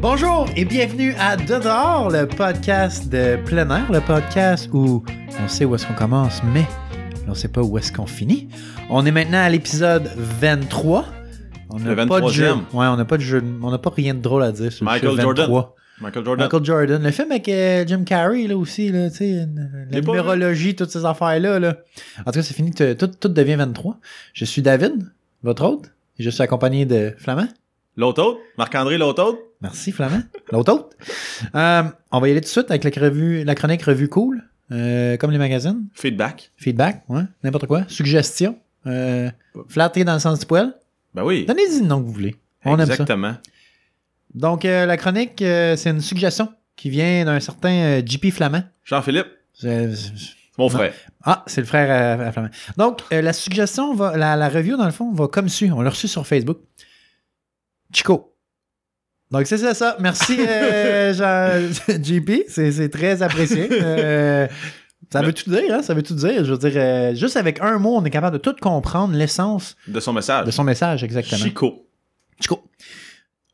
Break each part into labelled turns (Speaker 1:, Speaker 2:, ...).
Speaker 1: Bonjour et bienvenue à Dehors, le podcast de plein air, le podcast où on sait où est-ce qu'on commence, mais on ne sait pas où est-ce qu'on finit. On est maintenant à l'épisode 23. On n'a
Speaker 2: Le
Speaker 1: pas de jeu.
Speaker 2: 23e.
Speaker 1: Ouais, on n'a pas de jeu. On n'a pas rien de drôle à dire sur
Speaker 2: Michael
Speaker 1: le jeu 23.
Speaker 2: Jordan. Michael Jordan.
Speaker 1: Michael Jordan. Le film avec euh, Jim Carrey, là aussi, là, tu sais, une- la
Speaker 2: J'ai pas
Speaker 1: numérologie, toutes ces affaires-là. Là. En tout cas, c'est fini, tout, tout tout devient 23. Je suis David, votre hôte, et je suis accompagné de Flamand.
Speaker 2: L'autre autre? Marc-André, l'autre autre?
Speaker 1: Merci, Flamand. L'autre hôte. Euh, on va y aller tout de suite avec la, revue, la chronique Revue Cool, euh, comme les magazines.
Speaker 2: Feedback.
Speaker 1: Feedback, ouais, n'importe quoi. Suggestions. Euh, flatter dans le sens du poil.
Speaker 2: Ben oui.
Speaker 1: Donnez-y le nom que vous voulez. On aime ça.
Speaker 2: Exactement.
Speaker 1: Donc, euh, la chronique, euh, c'est une suggestion qui vient d'un certain euh, JP Flamand. Euh,
Speaker 2: Jean-Philippe,
Speaker 1: Je- je-
Speaker 2: c'est mon frère.
Speaker 1: Ah, c'est le frère à, à Flamand. Donc, euh, la suggestion, va, la, la review, dans le fond, va comme suit. On l'a reçue sur Facebook. Chico. Donc, c'est ça, ça. Merci, euh, Jean- JP. C'est c'est très apprécié. Euh, ça veut tout dire, hein? Ça veut tout dire. Je veux dire, euh, juste avec un mot, on est capable de tout comprendre, l'essence
Speaker 2: De son message.
Speaker 1: de son message, ben, exactement.
Speaker 2: Chico.
Speaker 1: Chico.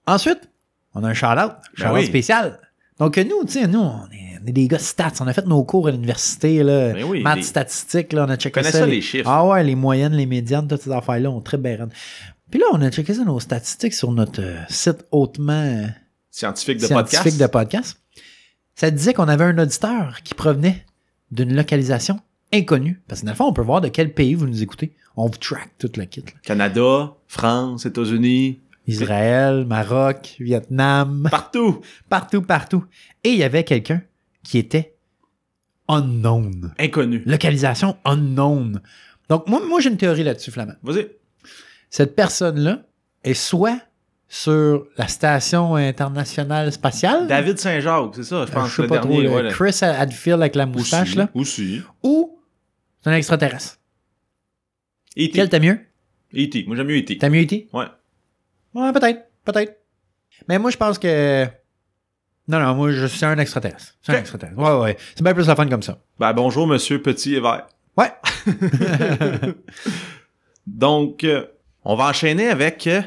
Speaker 1: Ensuite, on a un shout-out, shout-out
Speaker 2: Ben oui.
Speaker 1: spécial. Donc, euh, nous, tu sais, nous, on est, on est des gars de stats. On a fait nos cours à l'université, là.
Speaker 2: Ben oui,
Speaker 1: maths,
Speaker 2: les-
Speaker 1: statistiques, là, on a checké
Speaker 2: Connais
Speaker 1: ça.
Speaker 2: ça, les chiffres.
Speaker 1: Ah ouais, les moyennes, les médianes, toutes ces affaires-là, on très bien raide. Puis là, on a checké ça, nos statistiques sur notre euh, site hautement euh,
Speaker 2: Scientifique de
Speaker 1: scientifique
Speaker 2: podcast.
Speaker 1: de podcast. Ça disait qu'on avait un auditeur qui provenait d'une localisation inconnue. Parce que dans le fond, on peut voir de quel pays vous nous écoutez. On vous track toute la kit. là.
Speaker 2: Canada, France, États-Unis,
Speaker 1: Israël, Maroc, Vietnam.
Speaker 2: partout.
Speaker 1: partout, partout. Et il y avait quelqu'un qui était unknown.
Speaker 2: Inconnu.
Speaker 1: Localisation unknown. Donc, moi, moi j'ai une théorie là-dessus, Flamand.
Speaker 2: Vas-y.
Speaker 1: Cette personne-là est soit sur la station internationale spatiale,
Speaker 2: David Saint-Jacques, c'est ça, je
Speaker 1: euh,
Speaker 2: pense.
Speaker 1: je sais
Speaker 2: le
Speaker 1: pas
Speaker 2: dernier,
Speaker 1: trop,
Speaker 2: ouais,
Speaker 1: le
Speaker 2: le-
Speaker 1: Chris Hadfield avec la moustache,
Speaker 2: Aussi,
Speaker 1: là,
Speaker 2: Aussi.
Speaker 1: ou c'est un extraterrestre. Quel
Speaker 2: E.T.
Speaker 1: t'as mieux?
Speaker 2: E.T. E Moi, j'aime mieux E.T.
Speaker 1: T'as mieux été?
Speaker 2: Ouais.
Speaker 1: Ouais, peut-être, peut-être. Mais moi, je pense que... Non, non, moi, je suis un extraterrestre. C'est un
Speaker 2: Ok.
Speaker 1: extraterrestre. Ouais, ouais. C'est bien plus la fun comme ça.
Speaker 2: Ben, bonjour, monsieur Petit et Vert.
Speaker 1: Ouais.
Speaker 2: Donc, euh, on va enchaîner avec euh,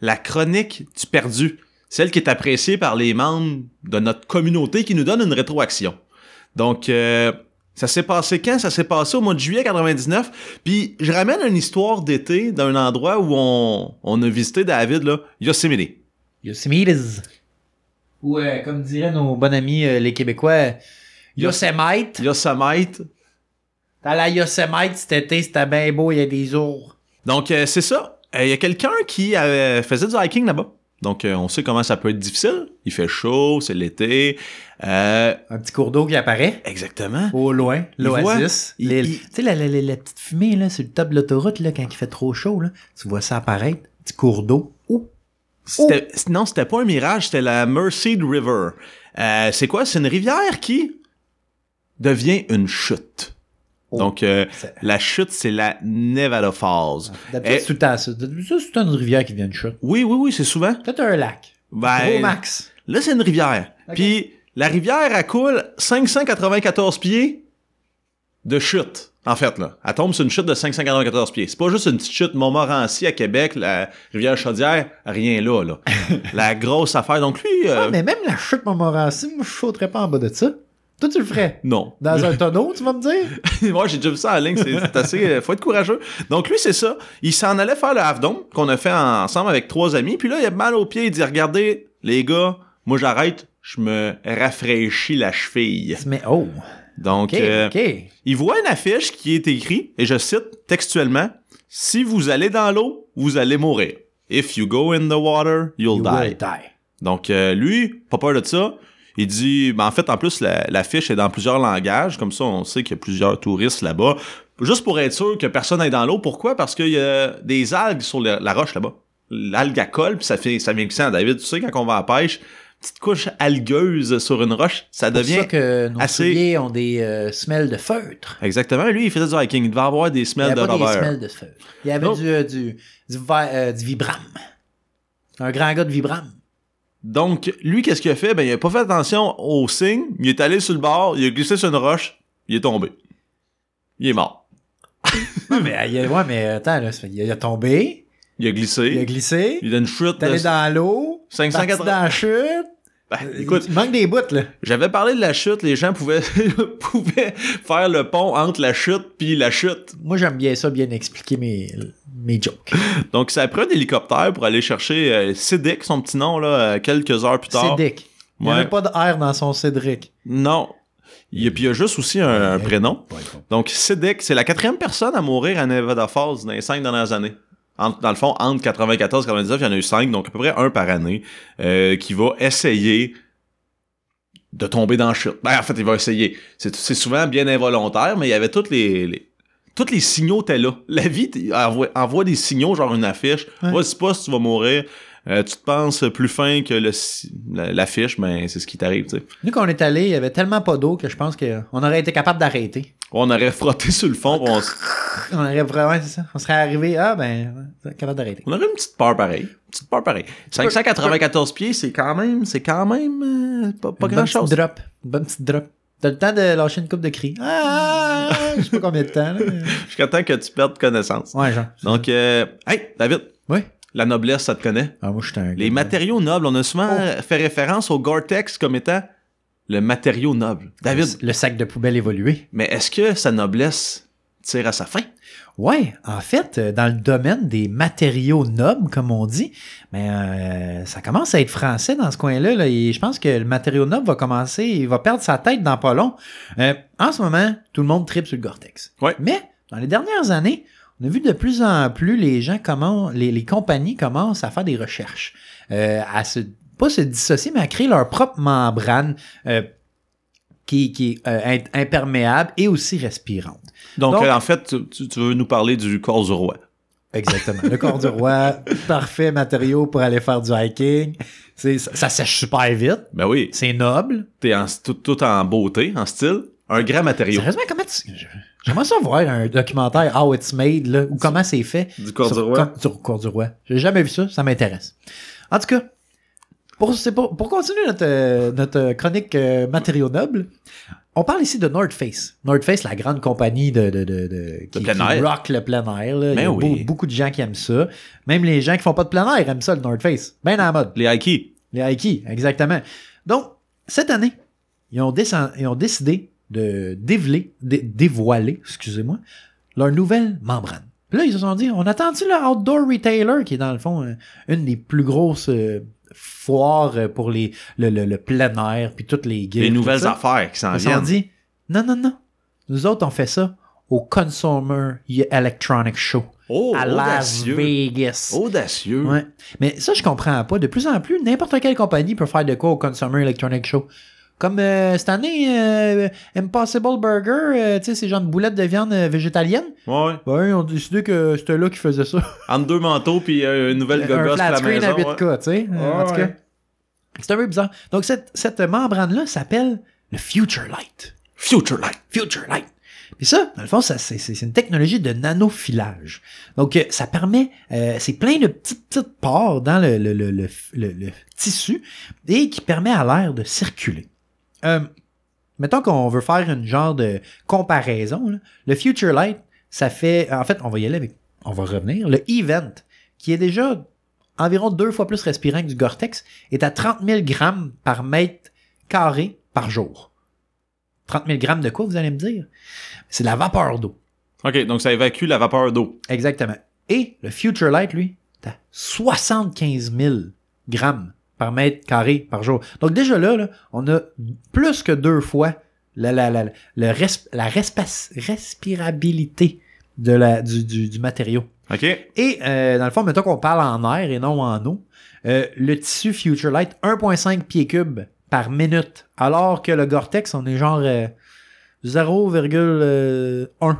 Speaker 2: la chronique du perdu, celle qui est appréciée par les membres de notre communauté qui nous donne une rétroaction. Donc, euh, ça s'est passé quand? Ça s'est passé au mois de juillet 99. Puis, je ramène une histoire d'été d'un endroit où on, on a visité David, là, Yosemite.
Speaker 1: Yosemites. Ou euh, comme diraient nos bons amis euh, les Québécois, Yosemite.
Speaker 2: Yosemite.
Speaker 1: T'as la Yosemite cet été, c'était bien beau, il y a des ours.
Speaker 2: Donc, euh, c'est ça. Euh, Il y a quelqu'un qui euh, faisait du hiking là-bas. Donc, euh, on sait comment ça peut être difficile. Il fait chaud, c'est l'été. Euh,
Speaker 1: Un petit cours d'eau qui apparaît.
Speaker 2: exactement.
Speaker 1: Au loin,
Speaker 2: Il voit-
Speaker 1: l'oasis.
Speaker 2: il-
Speaker 1: l'île.
Speaker 2: il-
Speaker 1: Tu sais, la, la- la- la petite fumée là, sur le top de l'autoroute là, quand il fait trop chaud, là, tu vois ça apparaître. Petit cours d'eau. Ouh.
Speaker 2: C'était- c- Non, c'était pas un mirage, c'était la Merced River. Euh, c'est quoi? C'est une rivière qui devient une chute.
Speaker 1: Oh.
Speaker 2: Donc, euh,
Speaker 1: C'est-
Speaker 2: la chute, c'est la Nevada Falls.
Speaker 1: D'habitude,
Speaker 2: Eh.
Speaker 1: c'est tout le temps ça. D'habitude, c'est tout le temps une rivière qui devient une chute.
Speaker 2: Oui, oui, oui, c'est souvent.
Speaker 1: Peut-être un lac. Gros
Speaker 2: Ben,
Speaker 1: max.
Speaker 2: là, c'est une rivière.
Speaker 1: Ok.
Speaker 2: Puis, la rivière, elle coule 594 pieds de chute. En fait, là, elle tombe sur une chute de 594 pieds. C'est pas juste une petite chute Montmorency à Québec, la rivière Chaudière, rien là, là. la grosse affaire. Donc, lui, euh,
Speaker 1: Ah, mais même la chute Montmorency, moi, je sauterais pas en bas de ça. Toi, tu le ferais.
Speaker 2: non.
Speaker 1: Dans un tonneau, tu vas me dire?
Speaker 2: Moi, j'ai déjà vu ça en ligne. C'est c'est assez. euh, faut être courageux. Donc, lui, c'est ça. Il s'en allait faire le half dome qu'on a fait en- ensemble avec trois amis. Puis là, il a mal au pied. Il dit Regardez, les gars, moi, j'arrête. Je me rafraîchis la cheville.
Speaker 1: Mais oh,
Speaker 2: Donc,
Speaker 1: ok,
Speaker 2: euh,
Speaker 1: ok.
Speaker 2: il voit une affiche qui est écrite, et je cite textuellement Si vous allez dans l'eau, vous allez mourir. If you go in the water, you'll
Speaker 1: You
Speaker 2: die.
Speaker 1: will die.
Speaker 2: Donc, euh, lui, pas peur de ça. Il dit, ben, en fait, en plus, la, la fiche est dans plusieurs langages. Comme ça, on sait qu'il y a plusieurs touristes là-bas. Juste pour être sûr que personne n'est dans l'eau. Pourquoi? Parce qu'il y a des algues sur la, la roche là-bas. L'algue, à colle, puis ça fait, ça vient David. Tu sais, quand on va à la pêche, petite couche algueuse sur une roche, ça
Speaker 1: C'est pour
Speaker 2: devient...
Speaker 1: ça que nos
Speaker 2: assez-
Speaker 1: souliers ont des euh, semelles de feutre.
Speaker 2: Exactement. Lui, il faisait du hiking. Il devait avoir des
Speaker 1: Il n'y
Speaker 2: semelles
Speaker 1: avait
Speaker 2: de Oh.
Speaker 1: pas des
Speaker 2: revers.
Speaker 1: semelles de feutre. Il y avait
Speaker 2: Non.
Speaker 1: du, euh, du, du, vi- euh, du vibram. Un grand gars de vibram.
Speaker 2: Donc, lui, qu'est-ce qu'il a fait? Ben, il a pas fait attention aux signes. Il est allé sur le bord, il a glissé sur une roche, il est tombé. Il est mort. Hmm.
Speaker 1: Ouais, mais, euh, il a- ouais, mais attends, là, ça fait- il a- il a tombé,
Speaker 2: Il a glissé.
Speaker 1: il a glissé,
Speaker 2: Il a une chute
Speaker 1: il est allé
Speaker 2: de
Speaker 1: dans l'eau, parti
Speaker 2: 580.
Speaker 1: dans la chute,
Speaker 2: Ben, écoute,
Speaker 1: il manque des bouts, là.
Speaker 2: j'avais parlé de la chute, les gens pouvaient, pouvaient faire le pont entre la chute puis la chute.
Speaker 1: Moi, j'aime bien ça, bien expliquer mes, mes jokes.
Speaker 2: Donc, ça a pris un hélicoptère pour aller chercher euh, Siddick, son petit nom, là, euh, quelques heures plus tard.
Speaker 1: Cédric. Il n'y
Speaker 2: Ouais.
Speaker 1: avait pas de R dans son Cédric.
Speaker 2: Non. Il y a, puis il y a juste aussi un, un
Speaker 1: Ouais.
Speaker 2: prénom.
Speaker 1: Ouais, bon.
Speaker 2: Donc, Siddick, c'est la quatrième personne à mourir à Nevada Falls dans les cinq dernières années. Entre- dans le fond, entre 94 et 99, il y en a eu cinq, donc à peu près un par année, euh, qui va essayer de tomber dans le chute. Ben, en fait, il va essayer. C'est, c'est souvent bien involontaire, mais il y avait toutes les... les tous les signaux étaient là. La vie t- envoie, envoie des signaux, genre une affiche.
Speaker 1: Ouais.
Speaker 2: Vas-y pas si tu vas mourir. Euh, tu te penses plus fin que le, si- la- l'affiche, ben c'est ce qui t'arrive, tu sais.
Speaker 1: Nous, quand on est allé, il y avait tellement pas d'eau que je pense qu'on aurait été capable d'arrêter.
Speaker 2: On aurait frotté sur le fond, on, s-
Speaker 1: On aurait vraiment, c'est ça. On serait arrivé, ah ben, on serait capable d'arrêter.
Speaker 2: On aurait une petite peur pareille. Une petite peur pareille. 594 pieds, c'est quand même, c'est quand même euh, pas, pas
Speaker 1: Une
Speaker 2: grand
Speaker 1: bonne petite
Speaker 2: chose.
Speaker 1: drop. Une bonne petite drop. T'as le temps de lâcher une coupe de cris. Ah, je sais pas combien de temps, là. mais-
Speaker 2: Jusqu'à temps que tu perdes connaissance.
Speaker 1: Ouais, genre.
Speaker 2: Donc, euh, hey, David,
Speaker 1: Ouais.
Speaker 2: la noblesse, ça te connaît.
Speaker 1: Ah, moi, je suis un.
Speaker 2: Les matériaux nobles, on a souvent
Speaker 1: Oh.
Speaker 2: euh, fait référence au Gore-Tex comme étant le matériau noble. David,
Speaker 1: Le sac de poubelle évolué.
Speaker 2: mais est-ce que sa noblesse tire à sa fin?
Speaker 1: Ouais, en fait, euh, dans le domaine des matériaux nobles, comme on dit, mais euh, ça commence à être français dans ce coin-là. là, et je pense que le matériau noble va commencer, il va perdre sa tête dans pas long. Euh, en ce moment, tout le monde tripe sur le Gore-Tex.
Speaker 2: Ouais.
Speaker 1: Mais dans les dernières années, on a vu de plus en plus les gens comment les, les compagnies commencent à faire des recherches, euh, à se pas se dissocier, mais à créer leur propre membrane euh, qui, qui est euh, in- imperméable et aussi respirante.
Speaker 2: Donc,
Speaker 1: Donc-
Speaker 2: euh, en fait, tu- tu, tu veux nous parler du corps du roi.
Speaker 1: Exactement. Le corps du roi, parfait matériau pour aller faire du hiking. C'est- Ça, ça sèche super vite.
Speaker 2: Ben oui,
Speaker 1: C'est noble.
Speaker 2: t'es en, tout, tout en beauté, en style. Un grand matériau
Speaker 1: Sérieusement, comment tu. je- J'aimerais ça voir un documentaire How It's Made, là, ou comment c'est fait.
Speaker 2: du corps
Speaker 1: sur-
Speaker 2: du roi.
Speaker 1: com- Sur le corps du roi. J'ai jamais vu ça, ça m'intéresse. En tout cas, pour, c'est pour, pour continuer notre, euh, notre chronique euh, matériaux nobles, on parle ici de North Face. North Face, la grande compagnie de, de, de, de- qui,
Speaker 2: plein
Speaker 1: qui
Speaker 2: air.
Speaker 1: rock le plein air. là. Il y
Speaker 2: Ben
Speaker 1: a beau-
Speaker 2: oui.
Speaker 1: beaucoup de gens qui aiment ça. Même les gens qui font pas de plein air aiment ça, le North Face. Ben dans la mode.
Speaker 2: Les Aiki.
Speaker 1: Les Haiki, exactement. Donc, cette année, ils ont, descend- ils ont décidé de déveler- dé- dévoiler excusez-moi, leur nouvelle membrane. Puis là, ils se sont dit, on a attendu le Outdoor Retailer, qui est dans le fond euh, une des plus grosses euh, foires euh, pour les, le, le- le plein air, puis toutes les guildes.
Speaker 2: les nouvelles
Speaker 1: tout ça.
Speaker 2: affaires qui s'en
Speaker 1: Ils se sont
Speaker 2: viennent.
Speaker 1: dit, non, non, non, nous autres, on fait ça au Consumer Electronic Show
Speaker 2: oh,
Speaker 1: à Las
Speaker 2: audacieux.
Speaker 1: Vegas.
Speaker 2: Audacieux.
Speaker 1: Ouais. Mais ça, je comprends pas. De plus en plus, n'importe quelle compagnie peut faire de quoi au Consumer Electronic Show. Comme euh, cette année, euh, Impossible Burger, euh, tu sais, ces genres de boulettes de viande euh, végétalienne,
Speaker 2: Ouais, ouais.
Speaker 1: ben, ils ont décidé que c'était là qui faisait ça.
Speaker 2: Entre deux manteaux puis euh, une nouvelle
Speaker 1: Un
Speaker 2: gogosse à
Speaker 1: flat
Speaker 2: la
Speaker 1: screen à
Speaker 2: maison.
Speaker 1: 8
Speaker 2: ouais.
Speaker 1: tu sais. Euh, en tout
Speaker 2: Ouais,
Speaker 1: cas,
Speaker 2: ouais.
Speaker 1: c'est un peu bizarre. Donc, cette, cette membrane-là s'appelle le Future Light.
Speaker 2: Future Light.
Speaker 1: Future Light. Puis ça, dans le fond, ça, c'est, c'est- c'est une technologie de nanofilage. Donc, euh, ça permet, euh, c'est plein de petites, petites pores dans le, le- le- le- le- le tissu et qui permet à l'air de circuler. Euh, mettons qu'on veut faire une genre de comparaison. là. Le Future Light, ça fait, euh, en fait, on va y aller avec, on va revenir. Le Event, qui est déjà environ deux fois plus respirant que du Gore-Tex, est à 30 000 grammes par mètre carré par jour. 30 000 grammes de quoi, vous allez me dire? C'est de la vapeur d'eau.
Speaker 2: OK, donc ça évacue la vapeur d'eau.
Speaker 1: Exactement. Et le Future Light, lui, t'as 75 000 grammes par mètre carré par jour. Donc déjà là, là, on a plus que deux fois la, la, la, le res- la respa- respirabilité de la, du, du- du matériau.
Speaker 2: OK?
Speaker 1: Et euh, dans le fond, mettons qu'on parle en air et non en eau, euh, le tissu Future Light, 1,5 pieds cubes par minute, alors que le Gore-Tex, on est genre euh, 0,1.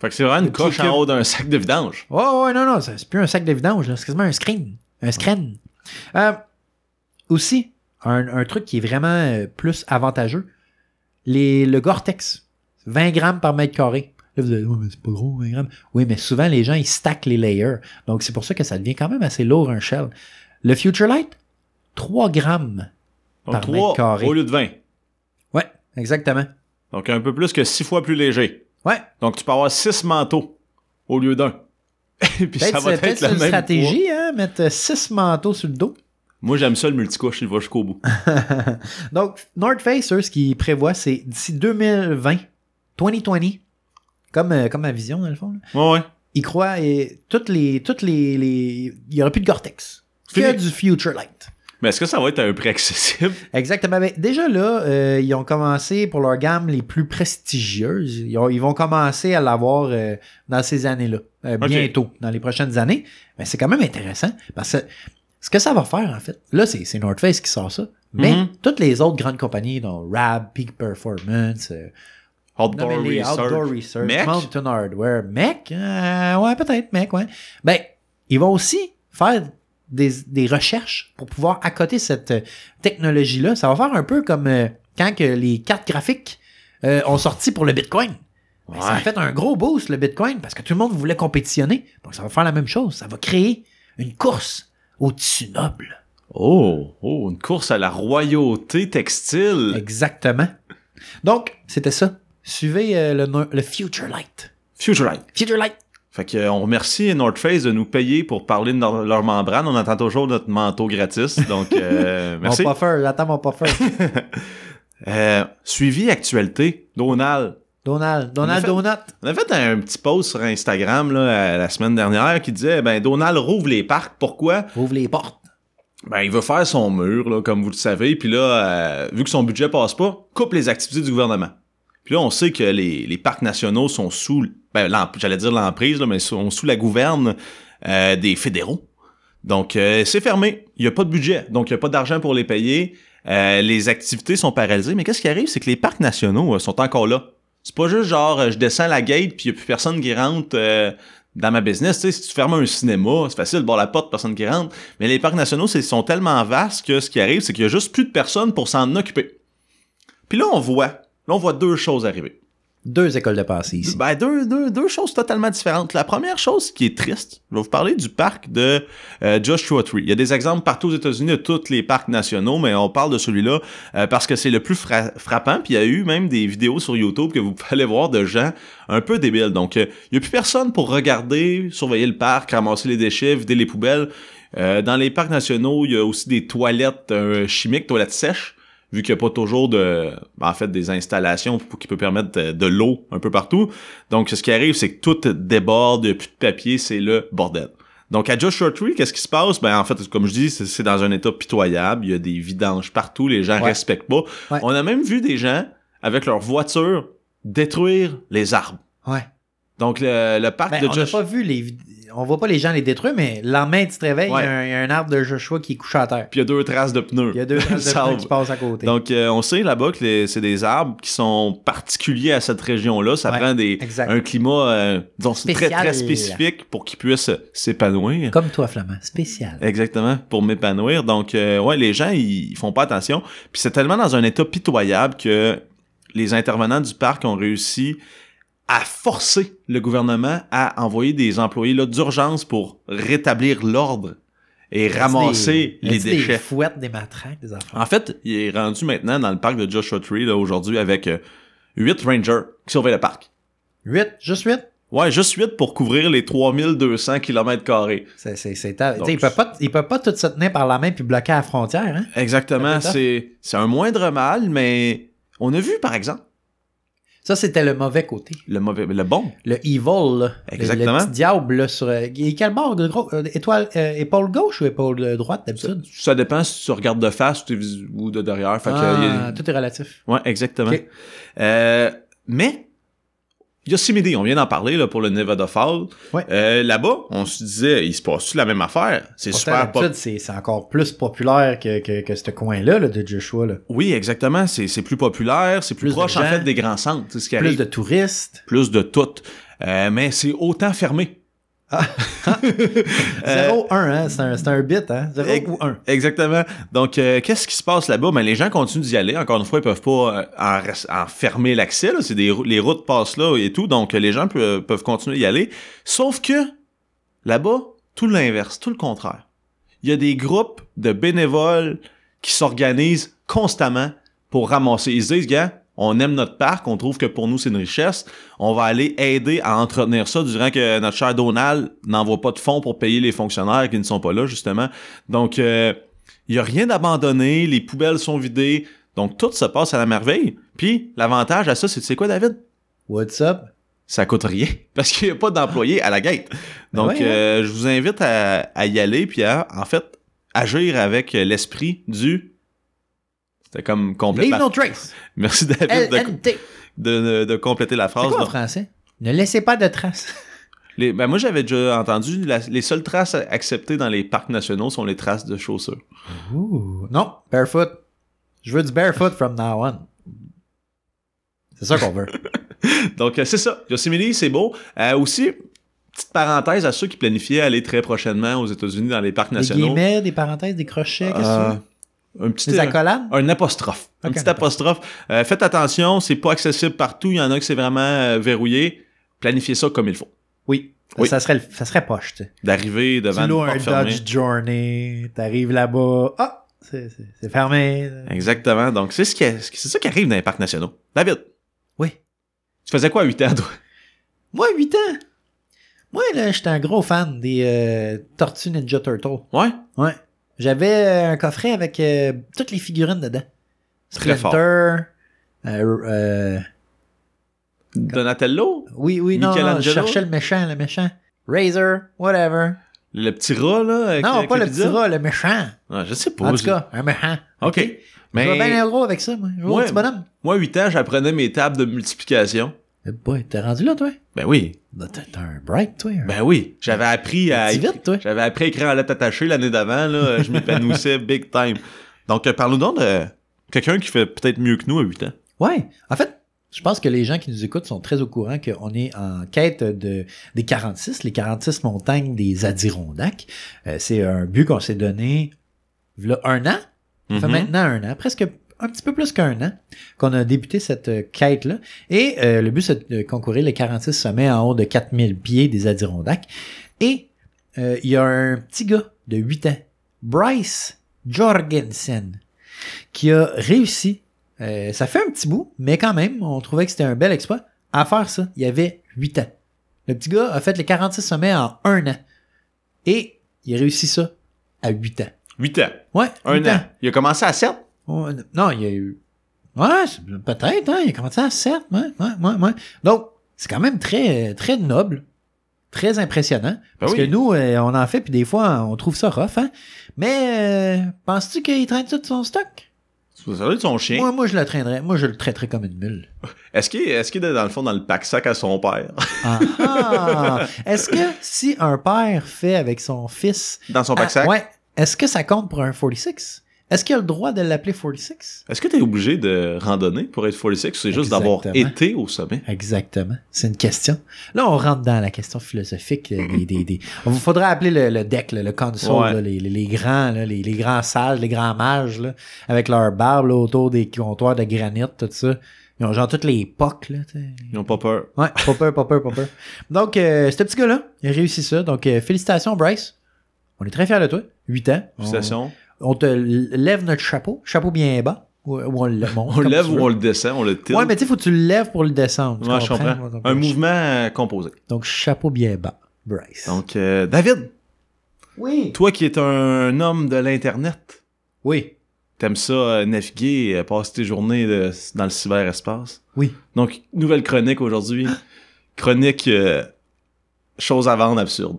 Speaker 2: Fait que c'est vraiment une
Speaker 1: Le
Speaker 2: coche
Speaker 1: petit cube.
Speaker 2: en haut d'un sac de vidange.
Speaker 1: Oh, ouais, non, non, ça, c'est plus un sac de vidange, là, c'est quasiment un screen. Un screen. Euh, aussi, un, un truc qui est vraiment euh, plus avantageux, les, le Gore-Tex. 20 grammes par mètre carré. Là, vous allez, Ouais, mais c'est pas gros, 20 grammes. Oui, mais souvent, les gens, ils stackent les layers. Donc, c'est pour ça que ça devient quand même assez lourd, un shell. Le Future Light, 3 grammes.
Speaker 2: Donc
Speaker 1: Par mètre
Speaker 2: 3
Speaker 1: carré.
Speaker 2: au lieu de 20.
Speaker 1: Ouais, exactement.
Speaker 2: Donc un peu plus que 6 fois plus léger.
Speaker 1: Ouais,
Speaker 2: Donc tu peux avoir 6 manteaux au lieu d'un. Et puis ça
Speaker 1: peut-être
Speaker 2: va
Speaker 1: c'est
Speaker 2: être
Speaker 1: peut-être
Speaker 2: la
Speaker 1: une
Speaker 2: même
Speaker 1: stratégie, hein, mettre 6 manteaux sur le dos.
Speaker 2: poids. Moi, j'aime ça le multicouche, il va jusqu'au bout.
Speaker 1: Donc, North Face, eux, ce qu'ils prévoient, c'est d'ici 2020, 2020, comme, euh, comme ma vision, dans le fond, là,
Speaker 2: Ouais, ouais.
Speaker 1: ils croient et toutes les. Toutes les, les- Il n'y aura plus de Gore-Tex. Que
Speaker 2: Fini.
Speaker 1: du Future Light.
Speaker 2: Mais est-ce que ça va être à un prix accessible?
Speaker 1: Exactement. Ben, déjà là, euh, ils ont commencé pour leurs gammes les plus prestigieuses. Ils, ont- ils vont commencer à l'avoir euh, dans ces années-là. Euh,
Speaker 2: Ok.
Speaker 1: Bientôt, dans les prochaines années. Mais c'est quand même intéressant parce que ce que ça va faire, en fait, là, c'est c'est North Face qui sort ça. Mais
Speaker 2: Mhm.
Speaker 1: toutes les autres grandes compagnies, dont Rab, Peak Performance, euh,
Speaker 2: Outdoor
Speaker 1: nommez-les,
Speaker 2: Research.
Speaker 1: Outdoor Research,
Speaker 2: Mech.
Speaker 1: Mountain Hardware, Mech, euh, ouais, peut-être Mech, ouais. Ben, ils vont aussi faire des, des recherches pour pouvoir accoter cette euh, technologie-là. Ça va faire un peu comme euh, quand que les cartes graphiques euh, ont sorti pour le Bitcoin. Ben, Ça a
Speaker 2: Ouais.
Speaker 1: fait un gros boost, le Bitcoin, parce que tout le monde voulait compétitionner. Donc, ça va faire la même chose. Ça va créer une course au-dessus noble.
Speaker 2: Oh, oh, une course à la royauté textile.
Speaker 1: Exactement. Donc, c'était ça. Suivez euh, le, no- le Future Light.
Speaker 2: Future Light.
Speaker 1: Future Light.
Speaker 2: Fait que, euh, on remercie North Face de nous payer pour parler de leur, leur membrane. On attend toujours notre manteau gratis. Donc, euh, merci.
Speaker 1: Mon puffer, j'attends mon puffer.
Speaker 2: Euh, suivi actualité, Donald.
Speaker 1: Donald,
Speaker 2: En
Speaker 1: Donald
Speaker 2: effet.
Speaker 1: Donut.
Speaker 2: On a fait un petit post sur Instagram là, euh, la semaine dernière qui disait ben Donald rouvre les parcs. Pourquoi
Speaker 1: Ouvre les portes.
Speaker 2: Ben il veut faire son mur là, comme vous le savez. Puis là, euh, vu que son budget passe pas, coupe les activités du gouvernement. Puis là, on sait que les, les parcs nationaux sont sous, ben, l'em- j'allais dire l'emprise, là, mais sont sous la gouverne euh, des fédéraux. Donc, euh, c'est fermé. Il n'y a pas de budget. Donc, il n'y a pas d'argent pour les payer. Euh, les activités sont paralysées. Mais qu'est-ce qui arrive? C'est que les parcs nationaux euh, sont encore là. C'est pas juste genre, euh, je descends la gate puis il n'y a plus personne qui rentre euh, dans ma business. Tu sais, si tu fermes un cinéma, c'est facile, bord la porte, personne qui rentre. Mais les parcs nationaux, c'est- sont tellement vastes que ce qui arrive, c'est qu'il y a juste plus de personnes pour s'en occuper. Puis là, on voit, là, on voit deux choses arriver.
Speaker 1: Deux écoles de passé ici.
Speaker 2: Ben, deux, deux, deux choses totalement différentes. La première chose qui est triste, je vais vous parler du parc de euh, Joshua Tree. Il y a des exemples partout aux États-Unis de tous les parcs nationaux, mais on parle de celui-là euh, parce que c'est le plus fra- frappant. Puis il y a eu même des vidéos sur YouTube que vous pouvez aller voir de gens un peu débiles. Donc, euh, il n'y a plus personne pour regarder, surveiller le parc, ramasser les déchets, vider les poubelles. Euh, dans les parcs nationaux, il y a aussi des toilettes euh, chimiques, toilettes sèches vu qu'il n'y a pas toujours de, ben, en fait, des installations pour- qui peut permettre euh, de, de l'eau un peu partout. Donc, ce qui arrive, c'est que tout déborde, il y a plus de papier, c'est le bordel. Donc, à Joshua Tree, qu'est-ce qui se passe? Ben, en fait, comme je dis, c'est- c'est dans un état pitoyable. Il y a des vidanges partout. Les gens
Speaker 1: Ouais.
Speaker 2: respectent pas.
Speaker 1: Ouais.
Speaker 2: On a même vu des gens, avec leur voiture, détruire les arbres.
Speaker 1: Ouais.
Speaker 2: Donc, le, le parc
Speaker 1: Ben,
Speaker 2: Bah. Ah, de
Speaker 1: on n'a
Speaker 2: Joshua...
Speaker 1: pas vu les. vid- On voit pas les gens les détruire, mais la main, tu te réveilles, il y a
Speaker 2: Ouais.
Speaker 1: un- il y, a un arbre de Joshua qui est couché à terre.
Speaker 2: Puis il y a deux traces de pneus.
Speaker 1: Il y a deux arbres de
Speaker 2: Sable.
Speaker 1: pneus qui passent à côté.
Speaker 2: Donc, euh, on sait là-bas que les- c'est des arbres qui sont particuliers à cette région-là. Ça
Speaker 1: Ouais,
Speaker 2: prend des,
Speaker 1: exact.
Speaker 2: un climat euh, disons, très,
Speaker 1: Spécial.
Speaker 2: très spécifique pour qu'ils puissent s'épanouir.
Speaker 1: Comme toi, Flamand. Spécial.
Speaker 2: Exactement, pour m'épanouir. Donc, euh, ouais, les gens, ils ils font pas attention. Puis c'est tellement dans un état pitoyable que les intervenants du parc ont réussi à forcer le gouvernement à envoyer des employés là, d'urgence pour rétablir l'ordre et
Speaker 1: As-tu
Speaker 2: ramasser les
Speaker 1: des- as-tu
Speaker 2: déchets.
Speaker 1: Des fouettes, des matraques, des enfants.
Speaker 2: En fait, il est rendu maintenant dans le parc de Joshua Tree là, aujourd'hui avec euh, huit rangers qui surveillent le parc.
Speaker 1: Huit, juste huit.
Speaker 2: Ouais, juste 8 pour couvrir les 3200 km.
Speaker 1: C'est, c'est, c'est ta- tu
Speaker 2: Donc,
Speaker 1: sais, il peut pas, il peut pas tout se tenir par la main puis bloquer à la frontière, hein?
Speaker 2: Exactement,
Speaker 1: Ça
Speaker 2: c'est c'est un moindre mal, mais on a vu par exemple
Speaker 1: Ça, c'était le mauvais côté.
Speaker 2: le mauvais le bon.
Speaker 1: Le evil, là. Le-
Speaker 2: Exactement.
Speaker 1: Le, petit diable, là, sur. euh, il est quel bord, le gros? euh, étoile, euh, épaule gauche ou épaule euh, droite, d'habitude?
Speaker 2: Ça dépend si tu regardes de face ou t'es vis- ou de derrière. Fait que, euh,
Speaker 1: Ah,
Speaker 2: il y a-
Speaker 1: Tout est relatif.
Speaker 2: Ouais, exactement.
Speaker 1: Ok.
Speaker 2: Euh, mais Yosemite, on vient d'en parler là, pour le Nevada Fall.
Speaker 1: Ouais.
Speaker 2: Euh, Là-bas, on se disait, il se passe-tu la même affaire? C'est
Speaker 1: Pourtant,
Speaker 2: super pop-
Speaker 1: d'habitude, c'est c'est encore plus populaire que, que, que ce coin-là là, de Joshua. là.
Speaker 2: Oui, exactement. C'est c'est plus populaire, c'est plus,
Speaker 1: Plus de
Speaker 2: proche en
Speaker 1: gens.
Speaker 2: fait des grands centres. C'est ce qui
Speaker 1: Plus
Speaker 2: arrive.
Speaker 1: de touristes.
Speaker 2: Plus de tout. Euh, mais c'est autant fermé. Euh,
Speaker 1: 0-1, hein? c'est Ah! un, c'est un bit, hein? 0
Speaker 2: ex-
Speaker 1: ou 1.
Speaker 2: Exactement. Donc, euh, qu'est-ce qui se passe là-bas? Ben, les gens continuent d'y aller. Encore une fois, ils peuvent pas euh, en, res- en fermer l'accès. là. C'est des rou- les routes passent là et tout. Donc, euh, les gens peu- peuvent continuer d'y aller. Sauf que là-bas, tout l'inverse, tout le contraire. Il y a des groupes de bénévoles qui s'organisent constamment pour ramasser. Ils se disent, gars, on aime notre parc, on trouve que pour nous c'est une richesse, on va aller aider à entretenir ça durant que notre cher Donald n'envoie pas de fonds pour payer les fonctionnaires qui ne sont pas là, justement. Donc, euh, Il n'y a rien d'abandonné, les poubelles sont vidées. Donc, tout se passe à la merveille. Puis, l'avantage à ça, c'est, tu sais quoi, David?
Speaker 1: What's up?
Speaker 2: ça coûte rien parce qu'il n'y a pas d'employé à la gate. Donc,
Speaker 1: ouais, hein? ouais.
Speaker 2: euh, je vous invite à, à y aller puis à, en fait, agir avec l'esprit du. C'était comme
Speaker 1: Leave
Speaker 2: complètement.
Speaker 1: no trace.
Speaker 2: Merci David de,
Speaker 1: LNT.
Speaker 2: de- de compléter la
Speaker 1: C'est
Speaker 2: phrase.
Speaker 1: quoi en
Speaker 2: Non.
Speaker 1: français? Ne laissez pas de traces.
Speaker 2: Les- ben, moi, j'avais déjà entendu la- les seules traces acceptées dans les parcs nationaux sont les traces de chaussures.
Speaker 1: Ouh. Non, barefoot. Je veux du barefoot from now on. C'est ça qu'on veut.
Speaker 2: Donc, euh, c'est ça. Yosemite, c'est beau. Euh, aussi, petite parenthèse à ceux qui planifiaient aller très prochainement aux États-Unis dans les parcs
Speaker 1: des
Speaker 2: nationaux.
Speaker 1: guillemets, des parenthèses, des crochets, qu'est-ce que
Speaker 2: Euh,
Speaker 1: tu veux?
Speaker 2: un petit
Speaker 1: Des
Speaker 2: un-
Speaker 1: accolades?
Speaker 2: un apostrophe.
Speaker 1: Ok,
Speaker 2: un petit
Speaker 1: d'accord.
Speaker 2: apostrophe. Euh, faites attention, c'est pas accessible partout. Il y en a que c'est vraiment euh, verrouillé. Planifiez ça comme il faut.
Speaker 1: euh, Oui.
Speaker 2: Oui.
Speaker 1: Ça, serait, le- ça serait poche, tu sais.
Speaker 2: D'arriver devant
Speaker 1: Tu
Speaker 2: une
Speaker 1: loues un
Speaker 2: porte fermée.
Speaker 1: Dodge Journey, t'arrives là-bas, ah, c'est- c'est c'est fermé.
Speaker 2: Exactement. Donc, c'est ce qui est- c'est ça qui arrive dans les parcs nationaux. David,
Speaker 1: Oui.
Speaker 2: tu faisais quoi à 8 ans, toi?
Speaker 1: Moi, 8 ans. Moi, là, j'étais un gros fan des euh, Tortues Ninja Turtle.
Speaker 2: Ouais?
Speaker 1: Ouais. J'avais euh, un coffret avec euh, toutes les figurines dedans.
Speaker 2: Très fort.
Speaker 1: Splinter, euh, euh,
Speaker 2: Donatello?
Speaker 1: oui, oui, non, non, je
Speaker 2: Michelangelo?
Speaker 1: cherchais le méchant, le méchant. Razor, whatever.
Speaker 2: Le petit rat, là? euh, avec-
Speaker 1: non,
Speaker 2: avec
Speaker 1: pas le
Speaker 2: pizza?
Speaker 1: petit rat, le méchant.
Speaker 2: Ah, je sais pas.
Speaker 1: En tout
Speaker 2: je-
Speaker 1: cas, un méchant.
Speaker 2: OK.
Speaker 1: Je vois
Speaker 2: Mais
Speaker 1: bien un gros avec ça, moi. Je vois
Speaker 2: Ouais.
Speaker 1: un petit bonhomme.
Speaker 2: moi, 8 ans, j'apprenais mes tables de multiplication.
Speaker 1: Eh boy, t'es rendu là, toi?
Speaker 2: Ben oui.
Speaker 1: Bah, T'es t'es un bright, toi. un-
Speaker 2: Ben oui. J'avais appris à...
Speaker 1: Dis vite, toi.
Speaker 2: J'avais appris à écrire en lettres attachées l'année d'avant, là. Je m'épanouissais big time. Donc, euh, parlons donc de quelqu'un qui fait peut-être mieux que nous à 8 ans.
Speaker 1: Ouais. En fait, je pense que les gens qui nous écoutent sont très au courant qu'on est en quête de, des 46, les 46 montagnes des Adirondacks. Euh, c'est un but qu'on s'est donné là, un an. Ça fait
Speaker 2: Mhm.
Speaker 1: maintenant un an, presque un petit peu plus qu'un an, qu'on a débuté cette euh, quête-là. Et euh, le but, c'est de concourir les 46 sommets en haut de 4000 pieds des Adirondacks. Et euh, il y a un petit gars de 8 ans, Bryce Jorgensen, qui a réussi. euh, ça fait un petit bout, mais quand même, on trouvait que c'était un bel exploit à faire ça. Il y avait 8 ans. Le petit gars a fait les 46 sommets en un an. Et il a réussi ça à 8 ans.
Speaker 2: 8 ans.
Speaker 1: Ouais,
Speaker 2: Un
Speaker 1: 8
Speaker 2: an. Il a commencé à Ben 7.
Speaker 1: Ouais, non, il y a eu. Ouais, c'est- peut-être, hein. Il a commencé à 7, ouais, ouais, ouais, ouais. Donc, c'est quand même très, euh, très noble, très impressionnant. Parce
Speaker 2: Ben oui.
Speaker 1: que nous, euh, on en fait, puis des fois, on trouve ça rough, hein. Mais, euh, penses-tu qu'il traîne tout son stock?
Speaker 2: Ça doit être son chien.
Speaker 1: Moi, moi, je le traînerais. Moi, je le traiterais comme une mule.
Speaker 2: Est-ce qu'il est, qu'il est dans le fond dans le pack-sac à son père?
Speaker 1: Ah, ah. Est-ce que si un père fait avec son fils.
Speaker 2: Dans son
Speaker 1: Ah,
Speaker 2: pack-sac?
Speaker 1: ouais. Est-ce que ça compte pour un 46? Est-ce qu'il a le droit de l'appeler 46?
Speaker 2: Est-ce que t'es obligé de randonner pour être 46 ou c'est juste d'avoir
Speaker 1: Exactement.
Speaker 2: été au sommet?
Speaker 1: Exactement. C'est une question. Là, on rentre dans la question philosophique. euh, Des, des, des... Il faudrait appeler le, le deck, là, le console,
Speaker 2: Ouais.
Speaker 1: là, les, les- les grands, là, les, les grands sages, les grands mages, là, avec leurs barbes là, autour des comptoirs de granit, tout ça. Ils ont genre toutes les pocs, là. tu sais.
Speaker 2: Ils n'ont pas peur.
Speaker 1: Ouais, pas peur, pas peur, pas peur. Donc, euh, ce petit gars-là, il a réussi ça. Donc, euh, félicitations, Bryce. On est très fiers de toi. 8 ans. On,
Speaker 2: Félicitations.
Speaker 1: on te lève notre chapeau, chapeau bien bas, ou, ou on le monte.
Speaker 2: On,
Speaker 1: comme
Speaker 2: le lève
Speaker 1: tu veux.
Speaker 2: ou on le descend, on le tilt.
Speaker 1: Ouais, mais tu sais, faut que tu le lèves pour le descendre. tu
Speaker 2: Ouais, je comprends.
Speaker 1: Donc,
Speaker 2: Un
Speaker 1: euh,
Speaker 2: mouvement euh, composé.
Speaker 1: donc, chapeau bien bas, Bryce.
Speaker 2: Donc, euh, David,
Speaker 1: oui.
Speaker 2: toi qui es un homme de l'Internet,
Speaker 1: Oui.
Speaker 2: T'aimes ça euh, naviguer, euh, passer tes journées de- dans le cyberespace.
Speaker 1: Oui.
Speaker 2: Donc, nouvelle chronique aujourd'hui. chronique euh, chose à vendre absurde.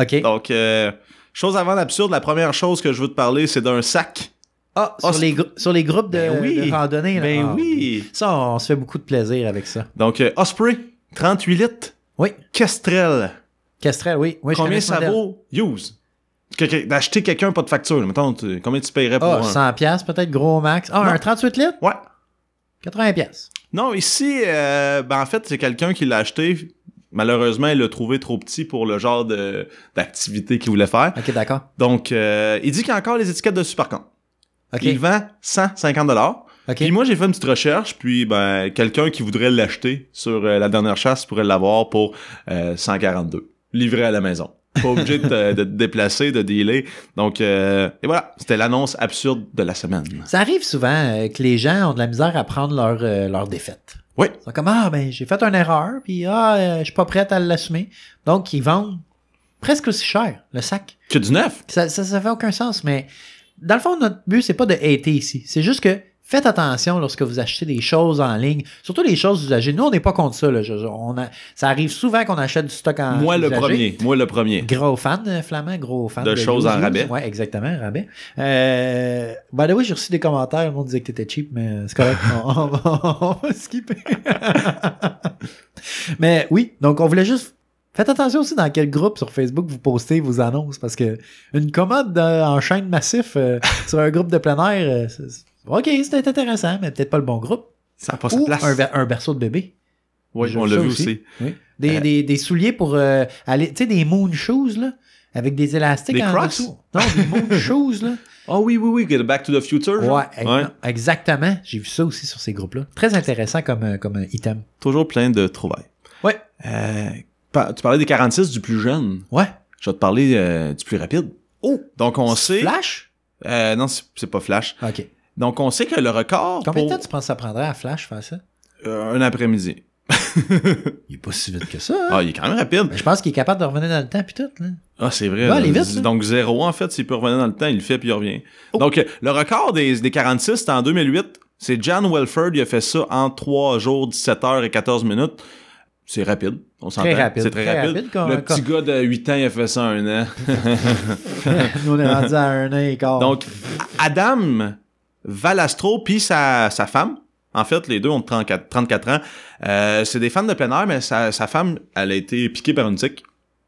Speaker 1: OK.
Speaker 2: Donc, euh, chose à vendre absurde, la première chose que je veux te parler, c'est d'un sac.
Speaker 1: ah,
Speaker 2: ah,
Speaker 1: sur, les grou- sur les groupes de,
Speaker 2: Ben oui.
Speaker 1: de randonnée. là.
Speaker 2: Ben
Speaker 1: Ah,
Speaker 2: oui.
Speaker 1: Ça, on se fait beaucoup de plaisir avec ça.
Speaker 2: Donc, euh, Osprey, 38 litres.
Speaker 1: Oui.
Speaker 2: Kestrel.
Speaker 1: Castrel, oui. oui je
Speaker 2: combien
Speaker 1: connais ce
Speaker 2: ça
Speaker 1: modèle.
Speaker 2: vaut? Use. Que- que- D'acheter quelqu'un, pas de facture. là. Mettons, tu- combien tu paierais pour
Speaker 1: Ah,
Speaker 2: un?
Speaker 1: 100 pièces peut-être, gros max. Ah,
Speaker 2: Non.
Speaker 1: un 38 litres?
Speaker 2: Ouais.
Speaker 1: 80 pièces.
Speaker 2: Non, ici, euh, ben en fait, c'est quelqu'un qui l'a acheté. Malheureusement, il l'a trouvé trop petit pour le genre de- d'activité qu'il voulait faire.
Speaker 1: OK, d'accord.
Speaker 2: Donc, euh, il dit qu'il y a encore les étiquettes dessus, par contre.
Speaker 1: OK.
Speaker 2: Il vend 150
Speaker 1: OK.
Speaker 2: Puis moi, j'ai fait une petite recherche, puis ben, quelqu'un qui voudrait l'acheter sur euh, la dernière chasse pourrait l'avoir pour euh, 142, livré à la maison. Pas obligé de, te- de te déplacer, de dealer. Donc, euh, et voilà, c'était l'annonce absurde de la semaine.
Speaker 1: Ça arrive souvent euh, que les gens ont de la misère à prendre leur, euh, leur défaite.
Speaker 2: Oui.
Speaker 1: Ils sont comme Ah, ben, j'ai fait une erreur, puis ah, euh, je suis pas prête à l'assumer. Donc, ils vendent presque aussi cher le sac.
Speaker 2: Que du neuf!
Speaker 1: Ça, ça, ça fait aucun sens, mais Dans le fond, notre but, c'est pas de hater ici. C'est juste que faites attention lorsque vous achetez des choses en ligne, surtout les choses usagées. Nous, on n'est pas contre ça. Là. Je- je- on a- ça arrive souvent qu'on achète du stock en
Speaker 2: moi le
Speaker 1: Ah, usagé.
Speaker 2: premier. Moi le premier.
Speaker 1: Gros fan, euh, Flamand, gros fan.
Speaker 2: De choses en rabais.
Speaker 1: Oui, exactement, rabais. Euh, by the way, j'ai reçu des commentaires. Le monde disait que t'étais cheap, mais euh, c'est correct. on, on va- on va skipper. mais oui, donc on voulait juste. Faites attention aussi dans quel groupe sur Facebook vous postez vos annonces parce que une commode euh, en chaîne massif euh, sur un groupe de plein air, euh, c'est- c'est- ok, c'était intéressant, mais peut-être pas le bon groupe.
Speaker 2: Ça n'a pas sa
Speaker 1: Ou
Speaker 2: place.
Speaker 1: un, ver- un berceau de bébé.
Speaker 2: Oui,
Speaker 1: Je-
Speaker 2: on
Speaker 1: ça
Speaker 2: l'a vu
Speaker 1: aussi.
Speaker 2: aussi.
Speaker 1: Oui. Des,
Speaker 2: Euh,
Speaker 1: des, des souliers pour euh, aller. Tu sais, des moon shoes, là. Avec des élastiques
Speaker 2: Des
Speaker 1: en
Speaker 2: Crocs?
Speaker 1: dessous. Non, des moon shoes, là.
Speaker 2: Ah oui, oui, oui, Get Back to the Future. genre.
Speaker 1: Ouais, ex- non, exactement. J'ai vu ça aussi sur ces groupes-là. Très intéressant comme, euh, comme euh, item.
Speaker 2: Toujours plein de trouvailles.
Speaker 1: Ouais.
Speaker 2: Euh, pa- tu parlais des 46 du plus jeune.
Speaker 1: Ouais.
Speaker 2: Je vais te parler euh, du plus rapide.
Speaker 1: Oh!
Speaker 2: Donc on sait.
Speaker 1: Flash?
Speaker 2: Euh, non, c'est c'est pas Flash.
Speaker 1: OK.
Speaker 2: Donc on sait que le record
Speaker 1: Combien de
Speaker 2: pour
Speaker 1: temps tu penses que ça prendrait à Flash faire ça?
Speaker 2: euh, un après-midi.
Speaker 1: Il est pas si vite que ça. hein?
Speaker 2: Ah, il est quand même rapide.
Speaker 1: Mais je pense qu'il est capable de revenir dans le temps, puis tout. Là.
Speaker 2: Ah, c'est vrai.
Speaker 1: Ouais, allez
Speaker 2: là.
Speaker 1: vite, là.
Speaker 2: Donc, 0 en fait, s'il peut revenir dans le temps, il le fait puis il revient.
Speaker 1: Oh.
Speaker 2: Donc, euh, le record des, des 46, c'était en 2008. C'est Jan Welford, il a fait ça en 3 jours, 17 heures et 14 minutes. C'est rapide, on s'entend.
Speaker 1: Très rapide.
Speaker 2: C'est très,
Speaker 1: Très
Speaker 2: rapide.
Speaker 1: rapide comme-
Speaker 2: le petit gars de 8 ans, il a fait ça en un an.
Speaker 1: Nous, on est rendu à un an et quart.
Speaker 2: Donc, Adam Valastro puis sa, sa femme, en fait, les deux ont 34, 34 ans. Euh, c'est des fans de plein air, mais sa, sa femme, elle a été piquée par une tique.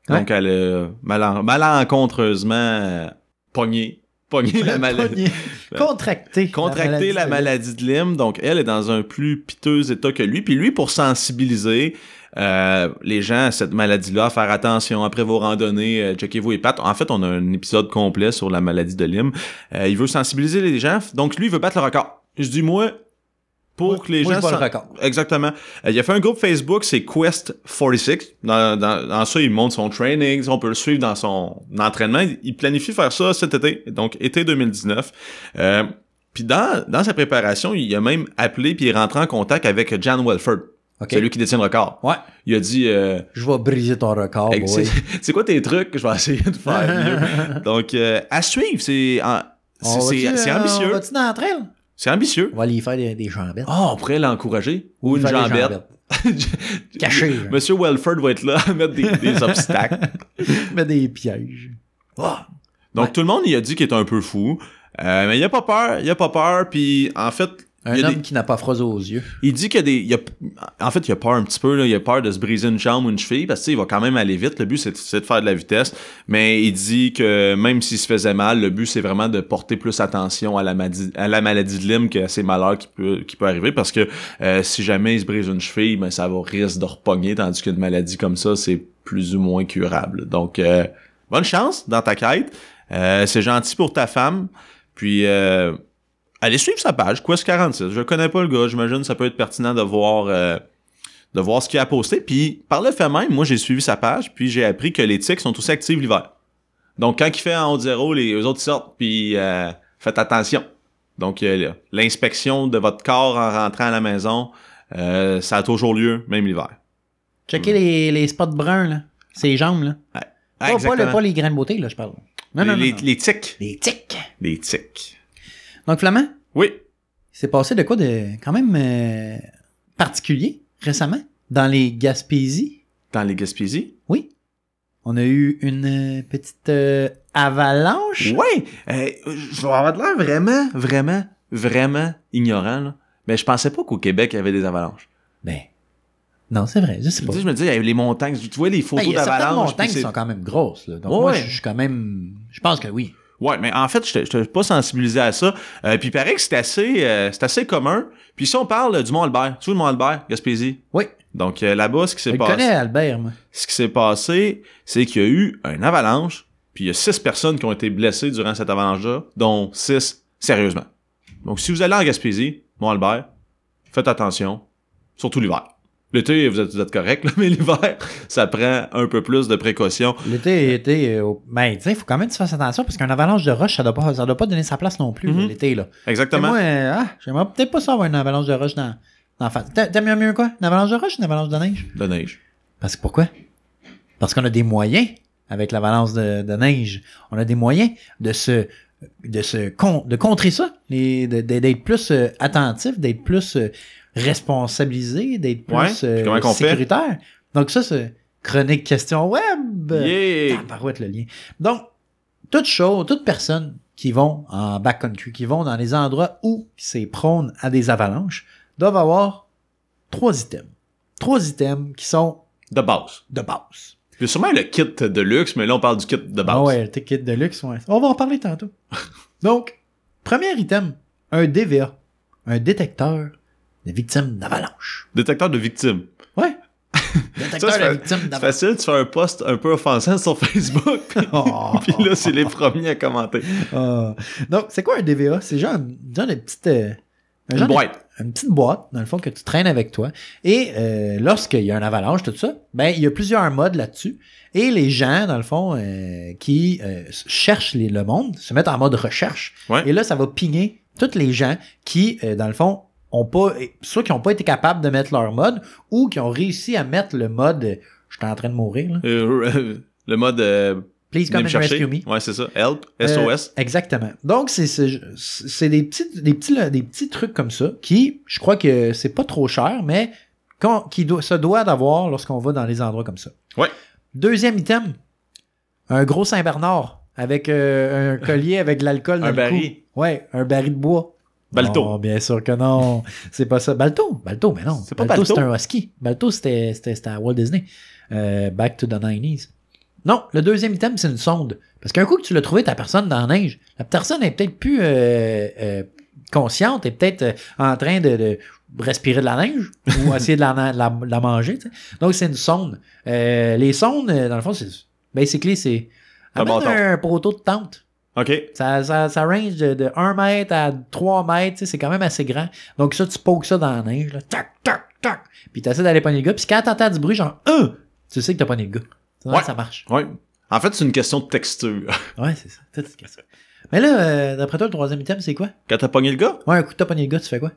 Speaker 2: Donc, elle a malen- malencontreusement euh, pogné, pogné la maladie.
Speaker 1: Pogné. Contracté.
Speaker 2: Contracté la maladie de Lyme, donc elle est dans un plus piteux état que lui. Puis lui, pour sensibiliser euh, les gens à cette maladie-là, à faire attention après vos randonnées, euh, checkez-vous les pattes. En fait, on a un épisode complet sur la maladie de Lyme. Euh, il veut sensibiliser les gens, donc lui, il veut battre le record. Je dis moi, pour
Speaker 1: Moi,
Speaker 2: que les
Speaker 1: moi,
Speaker 2: gens
Speaker 1: je bats le
Speaker 2: sen-
Speaker 1: record.
Speaker 2: Exactement. Euh, il a fait un groupe Facebook, c'est Quest46. Dans, dans- dans ça, il montre son training, on peut le suivre dans son entraînement. Il- Il planifie faire ça cet été, donc été 2019. Euh, puis dans, dans sa préparation, il a même appelé puis il est rentré en contact avec Jan Welford.
Speaker 1: OK.
Speaker 2: C'est lui qui détient le record.
Speaker 1: Ouais.
Speaker 2: Il a dit... euh,
Speaker 1: Je vais briser ton record,
Speaker 2: Hey,
Speaker 1: boy.
Speaker 2: c'est- C'est quoi tes trucs que je vais essayer de faire mieux? Donc, euh, à suivre, c'est en- c'est-
Speaker 1: On
Speaker 2: c'est-
Speaker 1: va-tu,
Speaker 2: c'est
Speaker 1: euh, On
Speaker 2: ambitieux.
Speaker 1: va-tu dans la trail?
Speaker 2: C'est ambitieux.
Speaker 1: On va aller faire des, des jambettes.
Speaker 2: Ah, on pourrait l'encourager. Ou une
Speaker 1: Faire des
Speaker 2: jambette.
Speaker 1: jambettes. Caché, genre.
Speaker 2: Monsieur Welford va être là à mettre des, des obstacles.
Speaker 1: Mais des pièges. Ah!
Speaker 2: Donc
Speaker 1: Ouais.
Speaker 2: tout le monde il a dit qu'il était un peu fou. Euh, mais il a pas peur, il a pas peur. Puis en fait,
Speaker 1: un
Speaker 2: il, y a
Speaker 1: homme
Speaker 2: des-
Speaker 1: qui n'a pas froid aux yeux.
Speaker 2: il dit qu'il y a des, il y a- en fait, il a peur un petit peu. Là, il a peur de se briser une jambe ou une cheville parce que tu sais, il va quand même aller vite. Le but c'est, c'est de faire de la vitesse. Mais il dit que même s'il se faisait mal, le but c'est vraiment de porter plus attention à la, madi- à la maladie de Lyme que à ses malheurs qui peut, qui peut arriver parce que euh, si jamais il se brise une cheville, ben, ça va risque de repogner, tandis qu'une maladie comme ça, c'est plus ou moins curable. Donc, euh, bonne chance dans ta quête. Euh, c'est gentil pour ta femme. Puis, euh, allez suivre sa page, Quest46. Je connais pas le gars, j'imagine que ça peut être pertinent de voir, euh, de voir ce qu'il a posté. Puis, par le fait même, moi, j'ai suivi sa page, puis j'ai appris que les tics sont aussi actives l'hiver. Donc, quand il fait en haut de zéro, les eux autres ils sortent, puis euh, faites attention. Donc, euh, l'inspection de votre corps en rentrant à la maison, euh, ça a toujours lieu, même l'hiver.
Speaker 1: Checkez les, les spots bruns, là. Ses jambes, là. pas,
Speaker 2: Ah,
Speaker 1: pas,
Speaker 2: exactement.
Speaker 1: le- pas les grains de beauté, là, je parle. Non, non, non,
Speaker 2: les,
Speaker 1: non.
Speaker 2: les- les tics.
Speaker 1: Les tics.
Speaker 2: Les tics.
Speaker 1: Donc, Flamand,
Speaker 2: Oui.
Speaker 1: il s'est passé de quoi de quand même euh, particulier récemment dans les Gaspésies.
Speaker 2: Dans les Gaspésies.
Speaker 1: Oui. On a eu une euh, petite euh, avalanche.
Speaker 2: Oui. euh, je vais avoir de l'air vraiment, vraiment, vraiment ignorant. là. Mais je pensais pas qu'au Québec, il y avait des avalanches.
Speaker 1: Ben, non, c'est vrai, je sais
Speaker 2: Je
Speaker 1: pas.
Speaker 2: me dis, je me dis, il y a les montagnes. Tu vois les
Speaker 1: Ben,
Speaker 2: photos
Speaker 1: il y a certaines
Speaker 2: d'avalanches. puis
Speaker 1: montagnes qui
Speaker 2: c'est-
Speaker 1: sont quand même grosses, là. Donc,
Speaker 2: Ouais,
Speaker 1: moi,
Speaker 2: ouais.
Speaker 1: je suis quand même. Je pense que oui.
Speaker 2: Ouais, mais en fait, je n'étais pas sensibilisé à ça. Euh, puis il paraît que c'est assez, euh, c'est assez commun. Puis si on parle euh, du Mont-Albert, tu vois le Mont-Albert, Gaspésie.
Speaker 1: Oui.
Speaker 2: Donc euh, là-bas, ce qui
Speaker 1: Je
Speaker 2: s'est
Speaker 1: le
Speaker 2: passé.
Speaker 1: connais, Albert, moi.
Speaker 2: Ce qui s'est passé, c'est qu'il y a eu une avalanche, puis il y a six personnes qui ont été blessées durant cette avalanche-là, dont six sérieusement. Donc, si vous allez en Gaspésie, Mont-Albert, faites attention, surtout l'hiver. L'été, vous êtes, vous êtes correct, là, mais l'hiver, ça prend un peu plus de précautions.
Speaker 1: L'été, l'été, euh, au- ben, tu sais, il faut quand même que tu fasses attention parce qu'un avalanche de roche, ça doit pas, ça doit pas donner sa place non plus, là,
Speaker 2: Mhm.
Speaker 1: l'été, là. Et
Speaker 2: Exactement.
Speaker 1: Moi, euh, ah, j'aimerais peut-être pas ça avoir une avalanche de roche dans, dans la face. T'a- T'aimes mieux quoi? Une avalanche de roche ou une avalanche de neige?
Speaker 2: De neige.
Speaker 1: Parce que pourquoi? Parce qu'on a des moyens, avec l'avalanche de, de neige, on a des moyens de se de se con- de contrer ça, les- de- de- d'être plus euh, attentif, d'être plus euh, responsabilisé, d'être plus
Speaker 2: Ouais,
Speaker 1: euh,
Speaker 2: puis comment qu'on fait?
Speaker 1: sécuritaire. Donc ça, c'est chronique question web.
Speaker 2: Yeah!
Speaker 1: Tabarouette, le lien. Donc, toute chose, toute personne qui vont en backcountry, qui vont dans les endroits où c'est prône à des avalanches, doivent avoir trois items. Trois items qui sont
Speaker 2: De base.
Speaker 1: de base.
Speaker 2: Il y a sûrement le kit de luxe, mais là, on parle du kit de base.
Speaker 1: Ah ouais, le ticket de luxe, ouais. On va en parler tantôt. Donc, premier item, un DVA, un détecteur de victimes d'avalanche.
Speaker 2: Détecteur de victimes.
Speaker 1: Ouais. Détecteur
Speaker 2: Ça, c'est
Speaker 1: de
Speaker 2: fa-
Speaker 1: victimes
Speaker 2: C'est
Speaker 1: d'avalanche.
Speaker 2: facile, tu fais un post un peu offensant sur Facebook, puis,
Speaker 1: Oh.
Speaker 2: puis là, c'est les premiers à commenter.
Speaker 1: Ah. Donc, c'est quoi un DVA? C'est genre, une- genre une petite... euh, un
Speaker 2: Une
Speaker 1: genre de-
Speaker 2: boîte.
Speaker 1: une petite boîte, dans le fond, que tu traînes avec toi. Et euh, lorsqu'il y a un avalanche, tout ça, ben, il y a plusieurs modes là-dessus. Et les gens, dans le fond, euh, qui euh, s- cherchent les- le monde, se mettent en mode recherche.
Speaker 2: Ouais.
Speaker 1: Et là, ça va pigner toutes les gens qui, euh, dans le fond, ont pas, soit qui n'ont pas été capables de mettre leur mode ou qui ont réussi à mettre le mode euh, « je suis en train de mourir là.
Speaker 2: Euh, le mode euh,
Speaker 1: Please
Speaker 2: Venez
Speaker 1: come
Speaker 2: me
Speaker 1: and rescue
Speaker 2: chercher.
Speaker 1: me.
Speaker 2: Ouais, c'est ça. Help,
Speaker 1: Euh,
Speaker 2: SOS.
Speaker 1: Exactement. Donc, c'est c'est- c'est des petits, des, petits, des petits trucs comme ça qui, je crois que c'est pas trop cher, mais qu'on- qui doit- se doit d'avoir lorsqu'on va dans les endroits comme ça.
Speaker 2: Ouais.
Speaker 1: Deuxième item, un gros Saint-Bernard avec euh, un collier avec de l'alcool dans
Speaker 2: Un
Speaker 1: le
Speaker 2: baril.
Speaker 1: cou. Ouais, un baril de bois.
Speaker 2: Balto.
Speaker 1: Non, bien sûr que non. C'est pas ça. Balto, Balto, mais non.
Speaker 2: C'est pas Balto.
Speaker 1: c'était un husky. Balto, c'était c'était- c'était à Walt Disney. Euh, back to the 90s. Non, le deuxième item, c'est une sonde. Parce qu'un coup que tu l'as trouvé, ta personne dans la neige, la personne est peut-être plus euh, euh, consciente, est peut-être euh, en train de, de respirer de la neige ou essayer de la, de la- de la manger. tu sais. Donc, c'est une sonde. Euh, les sondes, euh, dans le fond, c'est basically, c'est
Speaker 2: Un
Speaker 1: amène
Speaker 2: bâton.
Speaker 1: un poteau de tente.
Speaker 2: OK.
Speaker 1: Ça, ça, ça range de, de 1 mètre à 3 mètres, tu sais, c'est quand même assez grand. Donc ça, tu pokes ça dans la neige, là, tac, tac, tac. Puis t'essaies d'aller pogner le gars, puis quand t'entends du bruit, genre, euh, tu sais que t'as pogné le gars. C'est vrai que
Speaker 2: Ouais.
Speaker 1: ça marche.
Speaker 2: Ouais. En fait, c'est une question de texture.
Speaker 1: Ouais, c'est ça. C'est tout ce qu'il y a, ça. Mais là, euh, d'après toi, le troisième item, c'est quoi?
Speaker 2: Quand t'as pogné le gars,
Speaker 1: Ouais, un coup que t'as pogné le gars, tu fais quoi?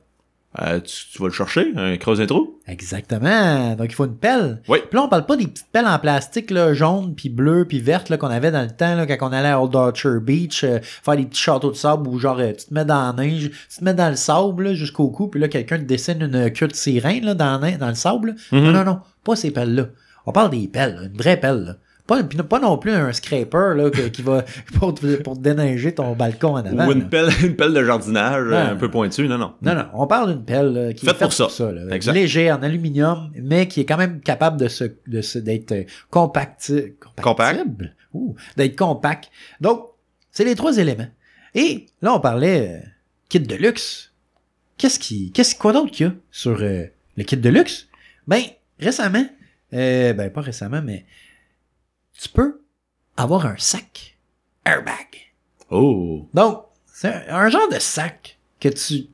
Speaker 2: euh, tu, tu vas le chercher, un creuse intro.
Speaker 1: Exactement. Donc il faut une pelle.
Speaker 2: Oui.
Speaker 1: Puis là, on parle pas des petites pelles en plastique, là, jaunes, puis bleues, puis vertes, là, qu'on avait dans le temps, là, quand on allait à Old Archer Beach, euh, faire des petits châteaux de sable où, genre, euh, tu te mets dans la neige, tu te mets dans le sable, là, jusqu'au cou, puis là, quelqu'un te dessine une queue de sirène, là, dans, la- dans le sable.
Speaker 2: Mmh.
Speaker 1: là.
Speaker 2: Mhm.
Speaker 1: Non, non, non, pas ces pelles-là. On parle des pelles, là, une vraie pelle, là. Pas, puis pas non plus un scraper, là, que- qui va, pour, te- pour te déneiger ton balcon en avant.
Speaker 2: Ou
Speaker 1: là.
Speaker 2: une pelle, une pelle de jardinage euh,
Speaker 1: Non,
Speaker 2: un peu pointue. Non, non.
Speaker 1: Non, non, on parle d'une pelle là, qui
Speaker 2: Faite
Speaker 1: est faite
Speaker 2: pour
Speaker 1: pour
Speaker 2: ça.
Speaker 1: ça, là.
Speaker 2: Exact.
Speaker 1: légère en aluminium, mais qui est quand même capable de se, de se- d'être euh, compacti- compatible, Ouh, d'être compact. Donc, c'est les trois éléments. Et là, on parlait euh, kit de luxe. Qu'est-ce qui, qu'est-ce quoi d'autre qu'il y a sur euh, le kit de luxe Ben récemment, euh, ben pas récemment, mais tu peux avoir un sac airbag.
Speaker 2: Oh.
Speaker 1: Donc, c'est un, un genre de sac que tu.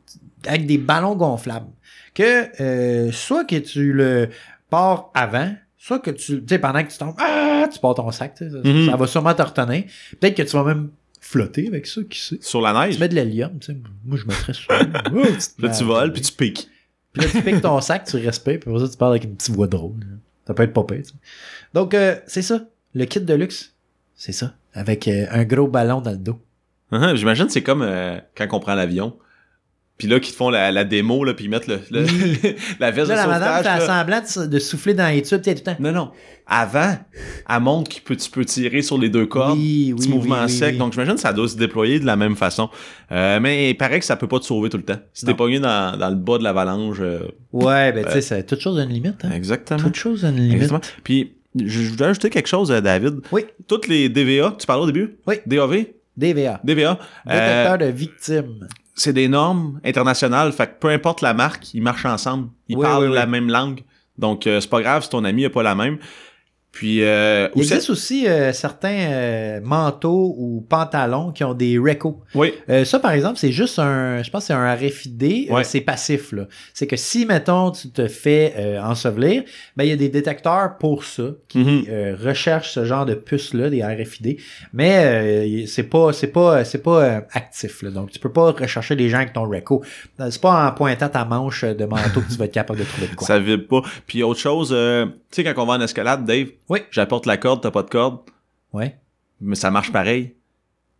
Speaker 1: avec des ballons gonflables. Que euh, soit que tu le pars avant, soit que tu. Tu sais, pendant que tu tombes, ah, tu pars ton sac, tu sais, ça,
Speaker 2: Mhm.
Speaker 1: ça va sûrement te retenir. Peut-être que tu vas même flotter avec ça, qui sait.
Speaker 2: Sur la
Speaker 1: Tu
Speaker 2: neige.
Speaker 1: mets de l'hélium, tu sais. Moi, je mettrais ça. Oh, te
Speaker 2: Là,
Speaker 1: mets
Speaker 2: tu
Speaker 1: à-
Speaker 2: voles, puis tu piques.
Speaker 1: puis là, tu piques ton sac, tu respectes, puis pour ça, tu parles avec une petite voix drôle. là. Ça peut être pas pire, tu sais. Donc, euh, c'est ça. Le kit de luxe, c'est ça. Avec euh, un gros ballon dans le dos.
Speaker 2: Hein, J'imagine c'est comme euh, quand on prend l'avion. Puis là, qu'ils te font la, la démo, là, puis ils mettent le, le- la veste
Speaker 1: Là,
Speaker 2: de
Speaker 1: la madame,
Speaker 2: sauvetage.
Speaker 1: t'as
Speaker 2: là.
Speaker 1: semblant de, de souffler dans les tubes, t'es tout le temps.
Speaker 2: Non, non. Avant, elle montre que tu peux tirer sur les deux cordes.
Speaker 1: oui,
Speaker 2: petit mouvement
Speaker 1: oui,
Speaker 2: sec.
Speaker 1: oui.
Speaker 2: Donc, j'imagine que ça doit se déployer de la même façon. Euh, mais il paraît que ça peut pas te sauver tout le temps. Si t'es
Speaker 1: Non.
Speaker 2: pogné dans, dans le bas de l'avalanche. euh,
Speaker 1: Ouais, ben, tu sais, c'est toute chose a une limite. Hein.
Speaker 2: exactement.
Speaker 1: Toute chose a une limite.
Speaker 2: Exactement. Puis, je, je voulais ajouter quelque chose, euh, David.
Speaker 1: Oui.
Speaker 2: Toutes les DVA, tu parlais au début?
Speaker 1: Oui.
Speaker 2: DAV?
Speaker 1: DVA.
Speaker 2: DVA.
Speaker 1: Détecteur
Speaker 2: euh,
Speaker 1: de victimes.
Speaker 2: c'est des normes internationales. Fait que peu importe la marque, ils marchent ensemble. Ils
Speaker 1: Oui,
Speaker 2: parlent
Speaker 1: oui, oui.
Speaker 2: la même langue. Donc, euh, c'est pas grave si ton ami a pas la même. Puis, euh,
Speaker 1: Il
Speaker 2: aussi-
Speaker 1: existe aussi euh, certains euh, manteaux ou pantalons qui ont des recos.
Speaker 2: Oui.
Speaker 1: Euh, ça, par exemple, c'est juste un. Je pense que c'est un RFID. euh,
Speaker 2: Ouais.
Speaker 1: c'est passif, là. C'est que si, mettons, tu te fais euh, ensevelir, ben, il y a des détecteurs pour ça qui
Speaker 2: Mhm.
Speaker 1: euh, recherchent ce genre de puces-là, des RFID. Mais euh, y- c'est pas, c'est pas, c'est pas euh, actif, là. Donc, tu peux pas rechercher les gens avec ton reco. Euh, C'est pas en pointant ta manche de manteau que tu vas être capable de trouver de quoi.
Speaker 2: Ça vibre pas. Puis autre chose, euh, tu sais, quand on va en escalade, Dave,
Speaker 1: Oui.
Speaker 2: j'apporte la corde, t'as pas de corde,
Speaker 1: Ouais.
Speaker 2: mais ça marche pareil.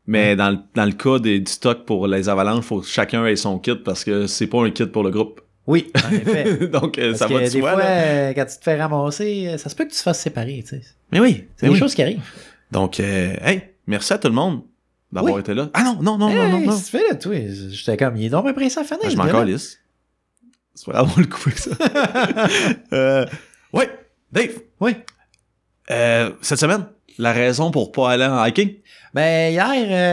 Speaker 2: Mais dans, le- dans le cas des, du stock pour les avalanches, faut que chacun ait son kit parce que c'est pas un kit pour le groupe.
Speaker 1: Oui, en effet.
Speaker 2: Donc, euh,
Speaker 1: Parce
Speaker 2: ça
Speaker 1: que
Speaker 2: va de
Speaker 1: des
Speaker 2: soi.
Speaker 1: fois,
Speaker 2: là.
Speaker 1: euh, quand tu te fais ramasser, euh, ça se peut que tu te fasses séparer, tu sais.
Speaker 2: Mais oui,
Speaker 1: C'est
Speaker 2: mais
Speaker 1: des
Speaker 2: Eh oui.
Speaker 1: choses qui arrivent.
Speaker 2: Donc, euh, hey, merci à tout le monde d'avoir
Speaker 1: Oui.
Speaker 2: été là. Ah non, non, non, non, non,
Speaker 1: Hey,
Speaker 2: non.
Speaker 1: si tu fais le twist, j'étais comme, il est donc bien pressé à finir.
Speaker 2: Ah, je
Speaker 1: le
Speaker 2: m'en
Speaker 1: gars-là.
Speaker 2: calisse. C'est pas grave, on va le couper, ça. euh, ouais, Dave.
Speaker 1: Oui.
Speaker 2: Euh, cette semaine, la raison pour pas aller en hiking.
Speaker 1: Ben, hier,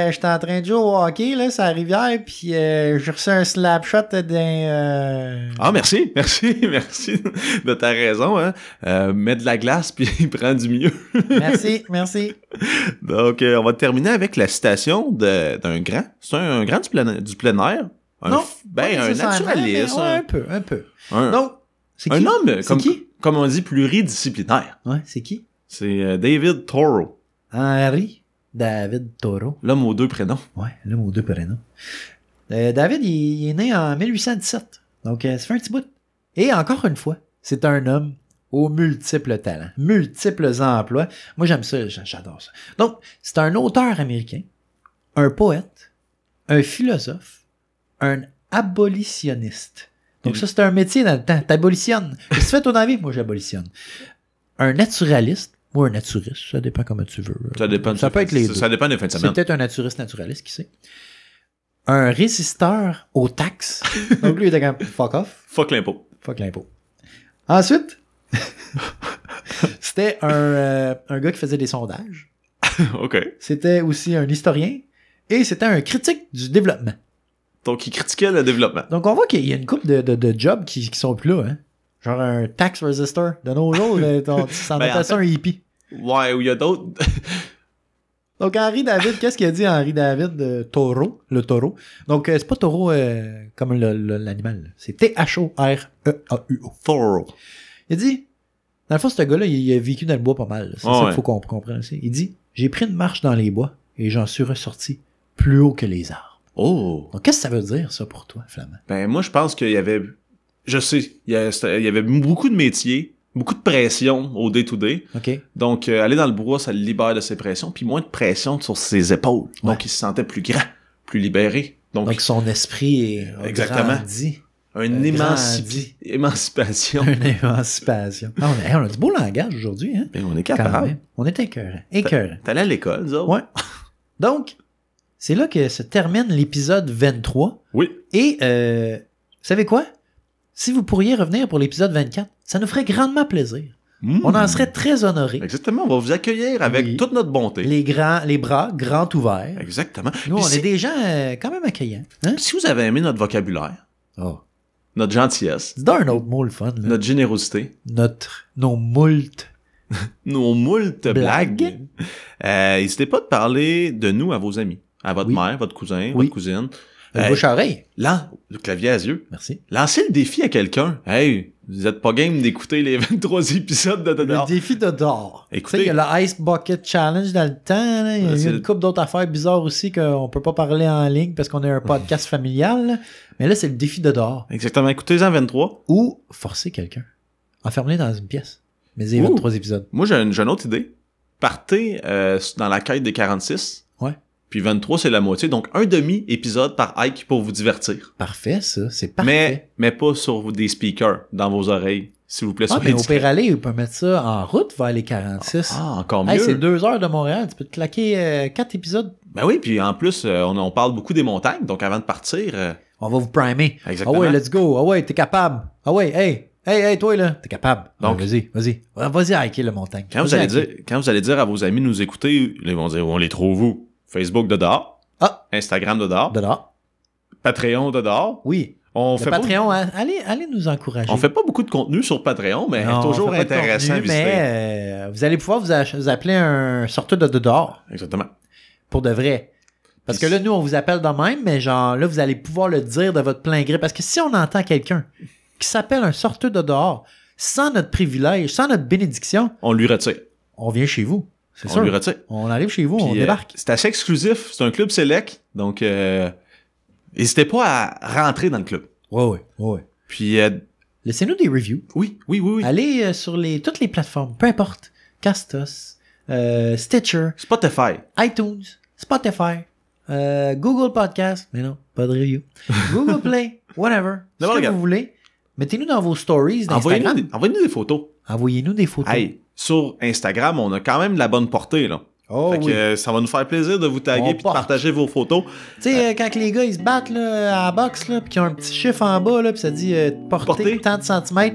Speaker 1: euh, j'étais en train de jouer au hockey, là, sur la rivière, puis euh, j'ai reçu un slap shot d'un. euh,
Speaker 2: Ah, merci, merci, merci de ta raison. Hein. Euh, mets de la glace, puis prends du mieux.
Speaker 1: Merci, merci.
Speaker 2: Donc, euh, on va terminer avec la citation de- d'un grand. C'est un, un grand du plein, du plein air. Un
Speaker 1: Non,
Speaker 2: f- ben,
Speaker 1: Pas
Speaker 2: un
Speaker 1: nécessairement,
Speaker 2: naturaliste.
Speaker 1: mais ouais,
Speaker 2: un-
Speaker 1: un É um peu, un peu.
Speaker 2: un-
Speaker 1: Donc, c'est qui?
Speaker 2: un homme,
Speaker 1: C'est
Speaker 2: comme,
Speaker 1: qui?
Speaker 2: comme on dit, pluridisciplinaire.
Speaker 1: Ouais, c'est qui?
Speaker 2: C'est euh, David Thoreau.
Speaker 1: Henri David Toro.
Speaker 2: L'homme aux deux prénoms.
Speaker 1: Ouais, l'homme aux deux prénoms. Euh, David, il, il est né en 1817. Donc, euh, ça fait un petit bout. Et encore une fois, c'est un homme aux multiples talents, multiples emplois. Moi, j'aime ça, j'a- j'adore ça. Donc, c'est un auteur américain, un poète, un philosophe, un abolitionniste. Donc,
Speaker 2: Mhm.
Speaker 1: ça, c'est un métier dans le temps. T'abolitionnes. Qu'est-ce que tu fais toi dans la vie? Moi, j'abolitionne. Un naturaliste ou un naturiste, ça dépend comment tu veux. euh,
Speaker 2: Ça dépend.
Speaker 1: Ça
Speaker 2: de-
Speaker 1: peut être les deux.
Speaker 2: Ça dépend des fins de
Speaker 1: C'est
Speaker 2: semaine.
Speaker 1: peut-être un naturiste naturaliste, qui sait. Un résisteur aux taxes. Donc lui, il était comme fuck off,
Speaker 2: Fuck l'impôt.
Speaker 1: fuck l'impôt. Ensuite, c'était un, euh, un gars qui faisait des sondages.
Speaker 2: OK.
Speaker 1: C'était aussi un historien. Et c'était un critique du développement.
Speaker 2: Donc, il critiquait le développement.
Speaker 1: Donc on voit qu'il y a une couple de, de- de jobs qui, qui sont plus là. hein. Genre un tax resistor. De nos jours, euh, là, on- ça en
Speaker 2: Ben, en
Speaker 1: appelle ça un hippie.
Speaker 2: Ouais, ou il y a d'autres.
Speaker 1: Donc, Henri David, qu'est-ce qu'il a dit Henri David de taureau, le taureau? Donc, euh, c'est pas taureau euh, comme le- le- l'animal. C'est E T-H-O-R-E-A-U-O.
Speaker 2: Thoreau.
Speaker 1: Il dit, dans le fond, ce gars-là, il, il a vécu dans le bois pas mal. là. C'est
Speaker 2: Ah
Speaker 1: ça
Speaker 2: ouais.
Speaker 1: qu'il faut qu'on comprenne. aussi. Il dit, j'ai pris une marche dans les bois et j'en suis ressorti plus haut que les arbres.
Speaker 2: Oh.
Speaker 1: Donc, qu'est-ce que ça veut dire, ça, pour toi, Flamand?
Speaker 2: Ben, moi, je pense qu'il y avait. Je sais, il y, a- c'était- il y avait beaucoup de métiers, beaucoup de pression au day-to-day.
Speaker 1: OK?
Speaker 2: Donc, euh, aller dans le bois, ça le libère de ses pressions, puis moins de pression sur ses épaules.
Speaker 1: Ouais.
Speaker 2: Donc, il se sentait plus grand, plus libéré. Donc,
Speaker 1: Donc, son esprit est
Speaker 2: Exactement.
Speaker 1: grandi.
Speaker 2: un
Speaker 1: euh,
Speaker 2: émancipi-
Speaker 1: grandi.
Speaker 2: émancipation.
Speaker 1: Une émancipation. Ah, on, a, on a du beau langage aujourd'hui, hein?
Speaker 2: Ben, on est
Speaker 1: Quand
Speaker 2: capable.
Speaker 1: même. On est écœurant. Écœurant.
Speaker 2: T'allais à l'école, nous autres?
Speaker 1: Ouais. Donc, c'est là que se termine l'épisode 23.
Speaker 2: Oui.
Speaker 1: Et, euh, vous savez quoi? Si vous pourriez revenir pour l'épisode 24, ça nous ferait grandement plaisir.
Speaker 2: Mmh.
Speaker 1: On en serait très honorés.
Speaker 2: Exactement, on va vous accueillir avec
Speaker 1: Oui.
Speaker 2: toute notre bonté.
Speaker 1: Les, grands, les bras grands ouverts.
Speaker 2: Exactement.
Speaker 1: Nous, on
Speaker 2: Puis si-
Speaker 1: est des gens euh, quand même accueillants. Hein?
Speaker 2: Si vous avez aimé notre vocabulaire,
Speaker 1: Oh.
Speaker 2: notre gentillesse,
Speaker 1: C'est un autre mot le fun. là.
Speaker 2: Ah. notre générosité,
Speaker 1: Notre, nos moultes.
Speaker 2: nos moultes
Speaker 1: Blagues.
Speaker 2: blagues, euh, n'hésitez pas de parler de nous à vos amis, à votre
Speaker 1: Oui.
Speaker 2: mère, votre cousin,
Speaker 1: Oui.
Speaker 2: votre cousine.
Speaker 1: Le
Speaker 2: Hey.
Speaker 1: bouche à oreille.
Speaker 2: Là, le clavier à yeux.
Speaker 1: Merci.
Speaker 2: Lancez le défi à quelqu'un. Hey, vous êtes pas game d'écouter les 23 épisodes de
Speaker 1: Le
Speaker 2: Tador.
Speaker 1: défi de d'or.
Speaker 2: Écoutez.
Speaker 1: Tu sais, il y a le Ice Bucket Challenge dans le temps. là. Il y a
Speaker 2: Ouais, c'est-
Speaker 1: eu une couple d'autres affaires bizarres aussi qu'on peut pas parler en ligne parce qu'on est un podcast familial. là. Mais là, c'est le défi de dehors.
Speaker 2: Exactement, écoutez-en 23.
Speaker 1: Ou forcer quelqu'un. Enfermer dans une pièce. Mais il y a
Speaker 2: Ouh.
Speaker 1: 23 épisodes.
Speaker 2: Moi, j'ai une, j'ai une autre idée. Partez euh, dans la quête des 46.
Speaker 1: Ouais.
Speaker 2: Puis 23, c'est la moitié. Donc, un demi-épisode par hike pour vous divertir.
Speaker 1: Parfait, ça. C'est parfait.
Speaker 2: Mais, mais pas sur des speakers dans vos oreilles, s'il vous plaît.
Speaker 1: Ah,
Speaker 2: soyez
Speaker 1: mais au
Speaker 2: discrets.
Speaker 1: pire aller, il peut mettre ça en route vers les 46.
Speaker 2: Ah, encore mieux.
Speaker 1: Hey, c'est deux heures de Montréal. Tu peux te claquer euh, quatre épisodes.
Speaker 2: Ben oui, puis en plus, euh, on, on parle beaucoup des montagnes. Donc, avant de partir, euh,
Speaker 1: On va vous primer. Ah
Speaker 2: exactement.
Speaker 1: ouais, let's go. Ah ouais, t'es capable. Ah ouais, hey. Hey, hey, toi là, t'es capable.
Speaker 2: Donc-
Speaker 1: Donc, vas-y, vas-y. Ah, Vas-y, hiker le montagne.
Speaker 2: quand, vous
Speaker 1: Vas-y
Speaker 2: allez
Speaker 1: hiker.
Speaker 2: dire, quand vous allez dire à vos amis de nous écouter, ils vont dire, on les trouve où? Facebook de dehors.
Speaker 1: Ah.
Speaker 2: Instagram de dehors.
Speaker 1: De là.
Speaker 2: Patreon de dehors.
Speaker 1: Oui.
Speaker 2: On
Speaker 1: Le
Speaker 2: fait
Speaker 1: Patreon, hein, allez, allez nous encourager.
Speaker 2: Pas, on fait pas beaucoup de contenu sur Patreon, mais
Speaker 1: Non, on
Speaker 2: toujours
Speaker 1: fait pas de
Speaker 2: intéressant à
Speaker 1: contenu,
Speaker 2: visiter.
Speaker 1: Mais euh, vous allez pouvoir vous, ach- vous appeler un sorteur de, de dehors
Speaker 2: Exactement.
Speaker 1: pour de vrai. Parce que là, nous, on vous appelle de même, mais genre, là, vous allez pouvoir le dire de votre plein gré. Parce que si on entend quelqu'un qui s'appelle un sorteur de dehors, sans notre privilège, sans notre bénédiction,
Speaker 2: On lui retire.
Speaker 1: on vient chez vous. C'est
Speaker 2: On
Speaker 1: sûr.
Speaker 2: lui retire.
Speaker 1: On arrive chez vous, on
Speaker 2: Puis, euh,
Speaker 1: débarque.
Speaker 2: c'est assez exclusif. C'est un club select. Donc, euh, n'hésitez pas à rentrer dans le club.
Speaker 1: Ouais, ouais, ouais, ouais.
Speaker 2: Puis, euh,
Speaker 1: Laissez-nous des reviews.
Speaker 2: oui, oui, oui, oui.
Speaker 1: Allez euh, sur les, toutes les plateformes, peu importe. Castos, euh, Stitcher,
Speaker 2: Spotify.
Speaker 1: iTunes, Spotify, euh, Google Podcast, mais non, pas de review. Google Play, whatever. Ce
Speaker 2: D'abord,
Speaker 1: que
Speaker 2: regarde.
Speaker 1: vous voulez. Mettez-nous dans vos stories
Speaker 2: Envoyez-nous
Speaker 1: d'Instagram.
Speaker 2: des, envoyez-nous des photos.
Speaker 1: Envoyez-nous des photos.
Speaker 2: Hey, sur Instagram, on a quand même de la bonne portée, là.
Speaker 1: oh
Speaker 2: Fait que,
Speaker 1: oui.
Speaker 2: euh, ça va nous faire plaisir de vous
Speaker 1: On
Speaker 2: taguer et de
Speaker 1: porte.
Speaker 2: partager vos photos.
Speaker 1: Tu sais, euh, quand les gars ils se battent là, à la boxe, là, puis qu'ils ont un petit chiffre en bas, là, puis ça dit euh, portée,
Speaker 2: Portée.
Speaker 1: tant de centimètres,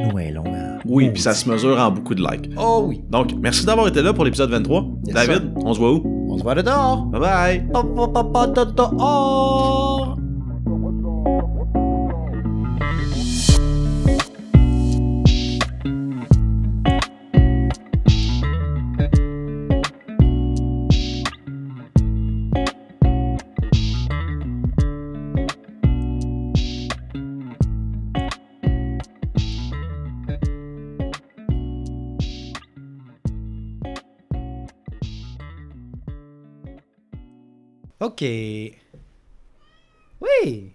Speaker 1: nous est long. hein.
Speaker 2: Oui,
Speaker 1: Oh,
Speaker 2: puis ça se mesure en beaucoup de likes.
Speaker 1: Oh oui.
Speaker 2: Donc, merci d'avoir été là pour l'épisode 23.
Speaker 1: Yes,
Speaker 2: David, on se voit où?
Speaker 1: On se voit dehors.
Speaker 2: Bye bye!
Speaker 1: Pa, pa, pa, pa, ta, ta, or. Ok. Oui.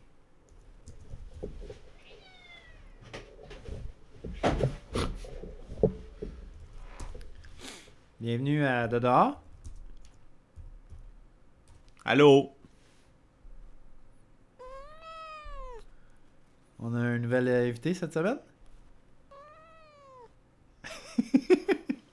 Speaker 1: Bienvenue à De dehors.
Speaker 2: Allô?
Speaker 1: On a un nouvel invité cette semaine.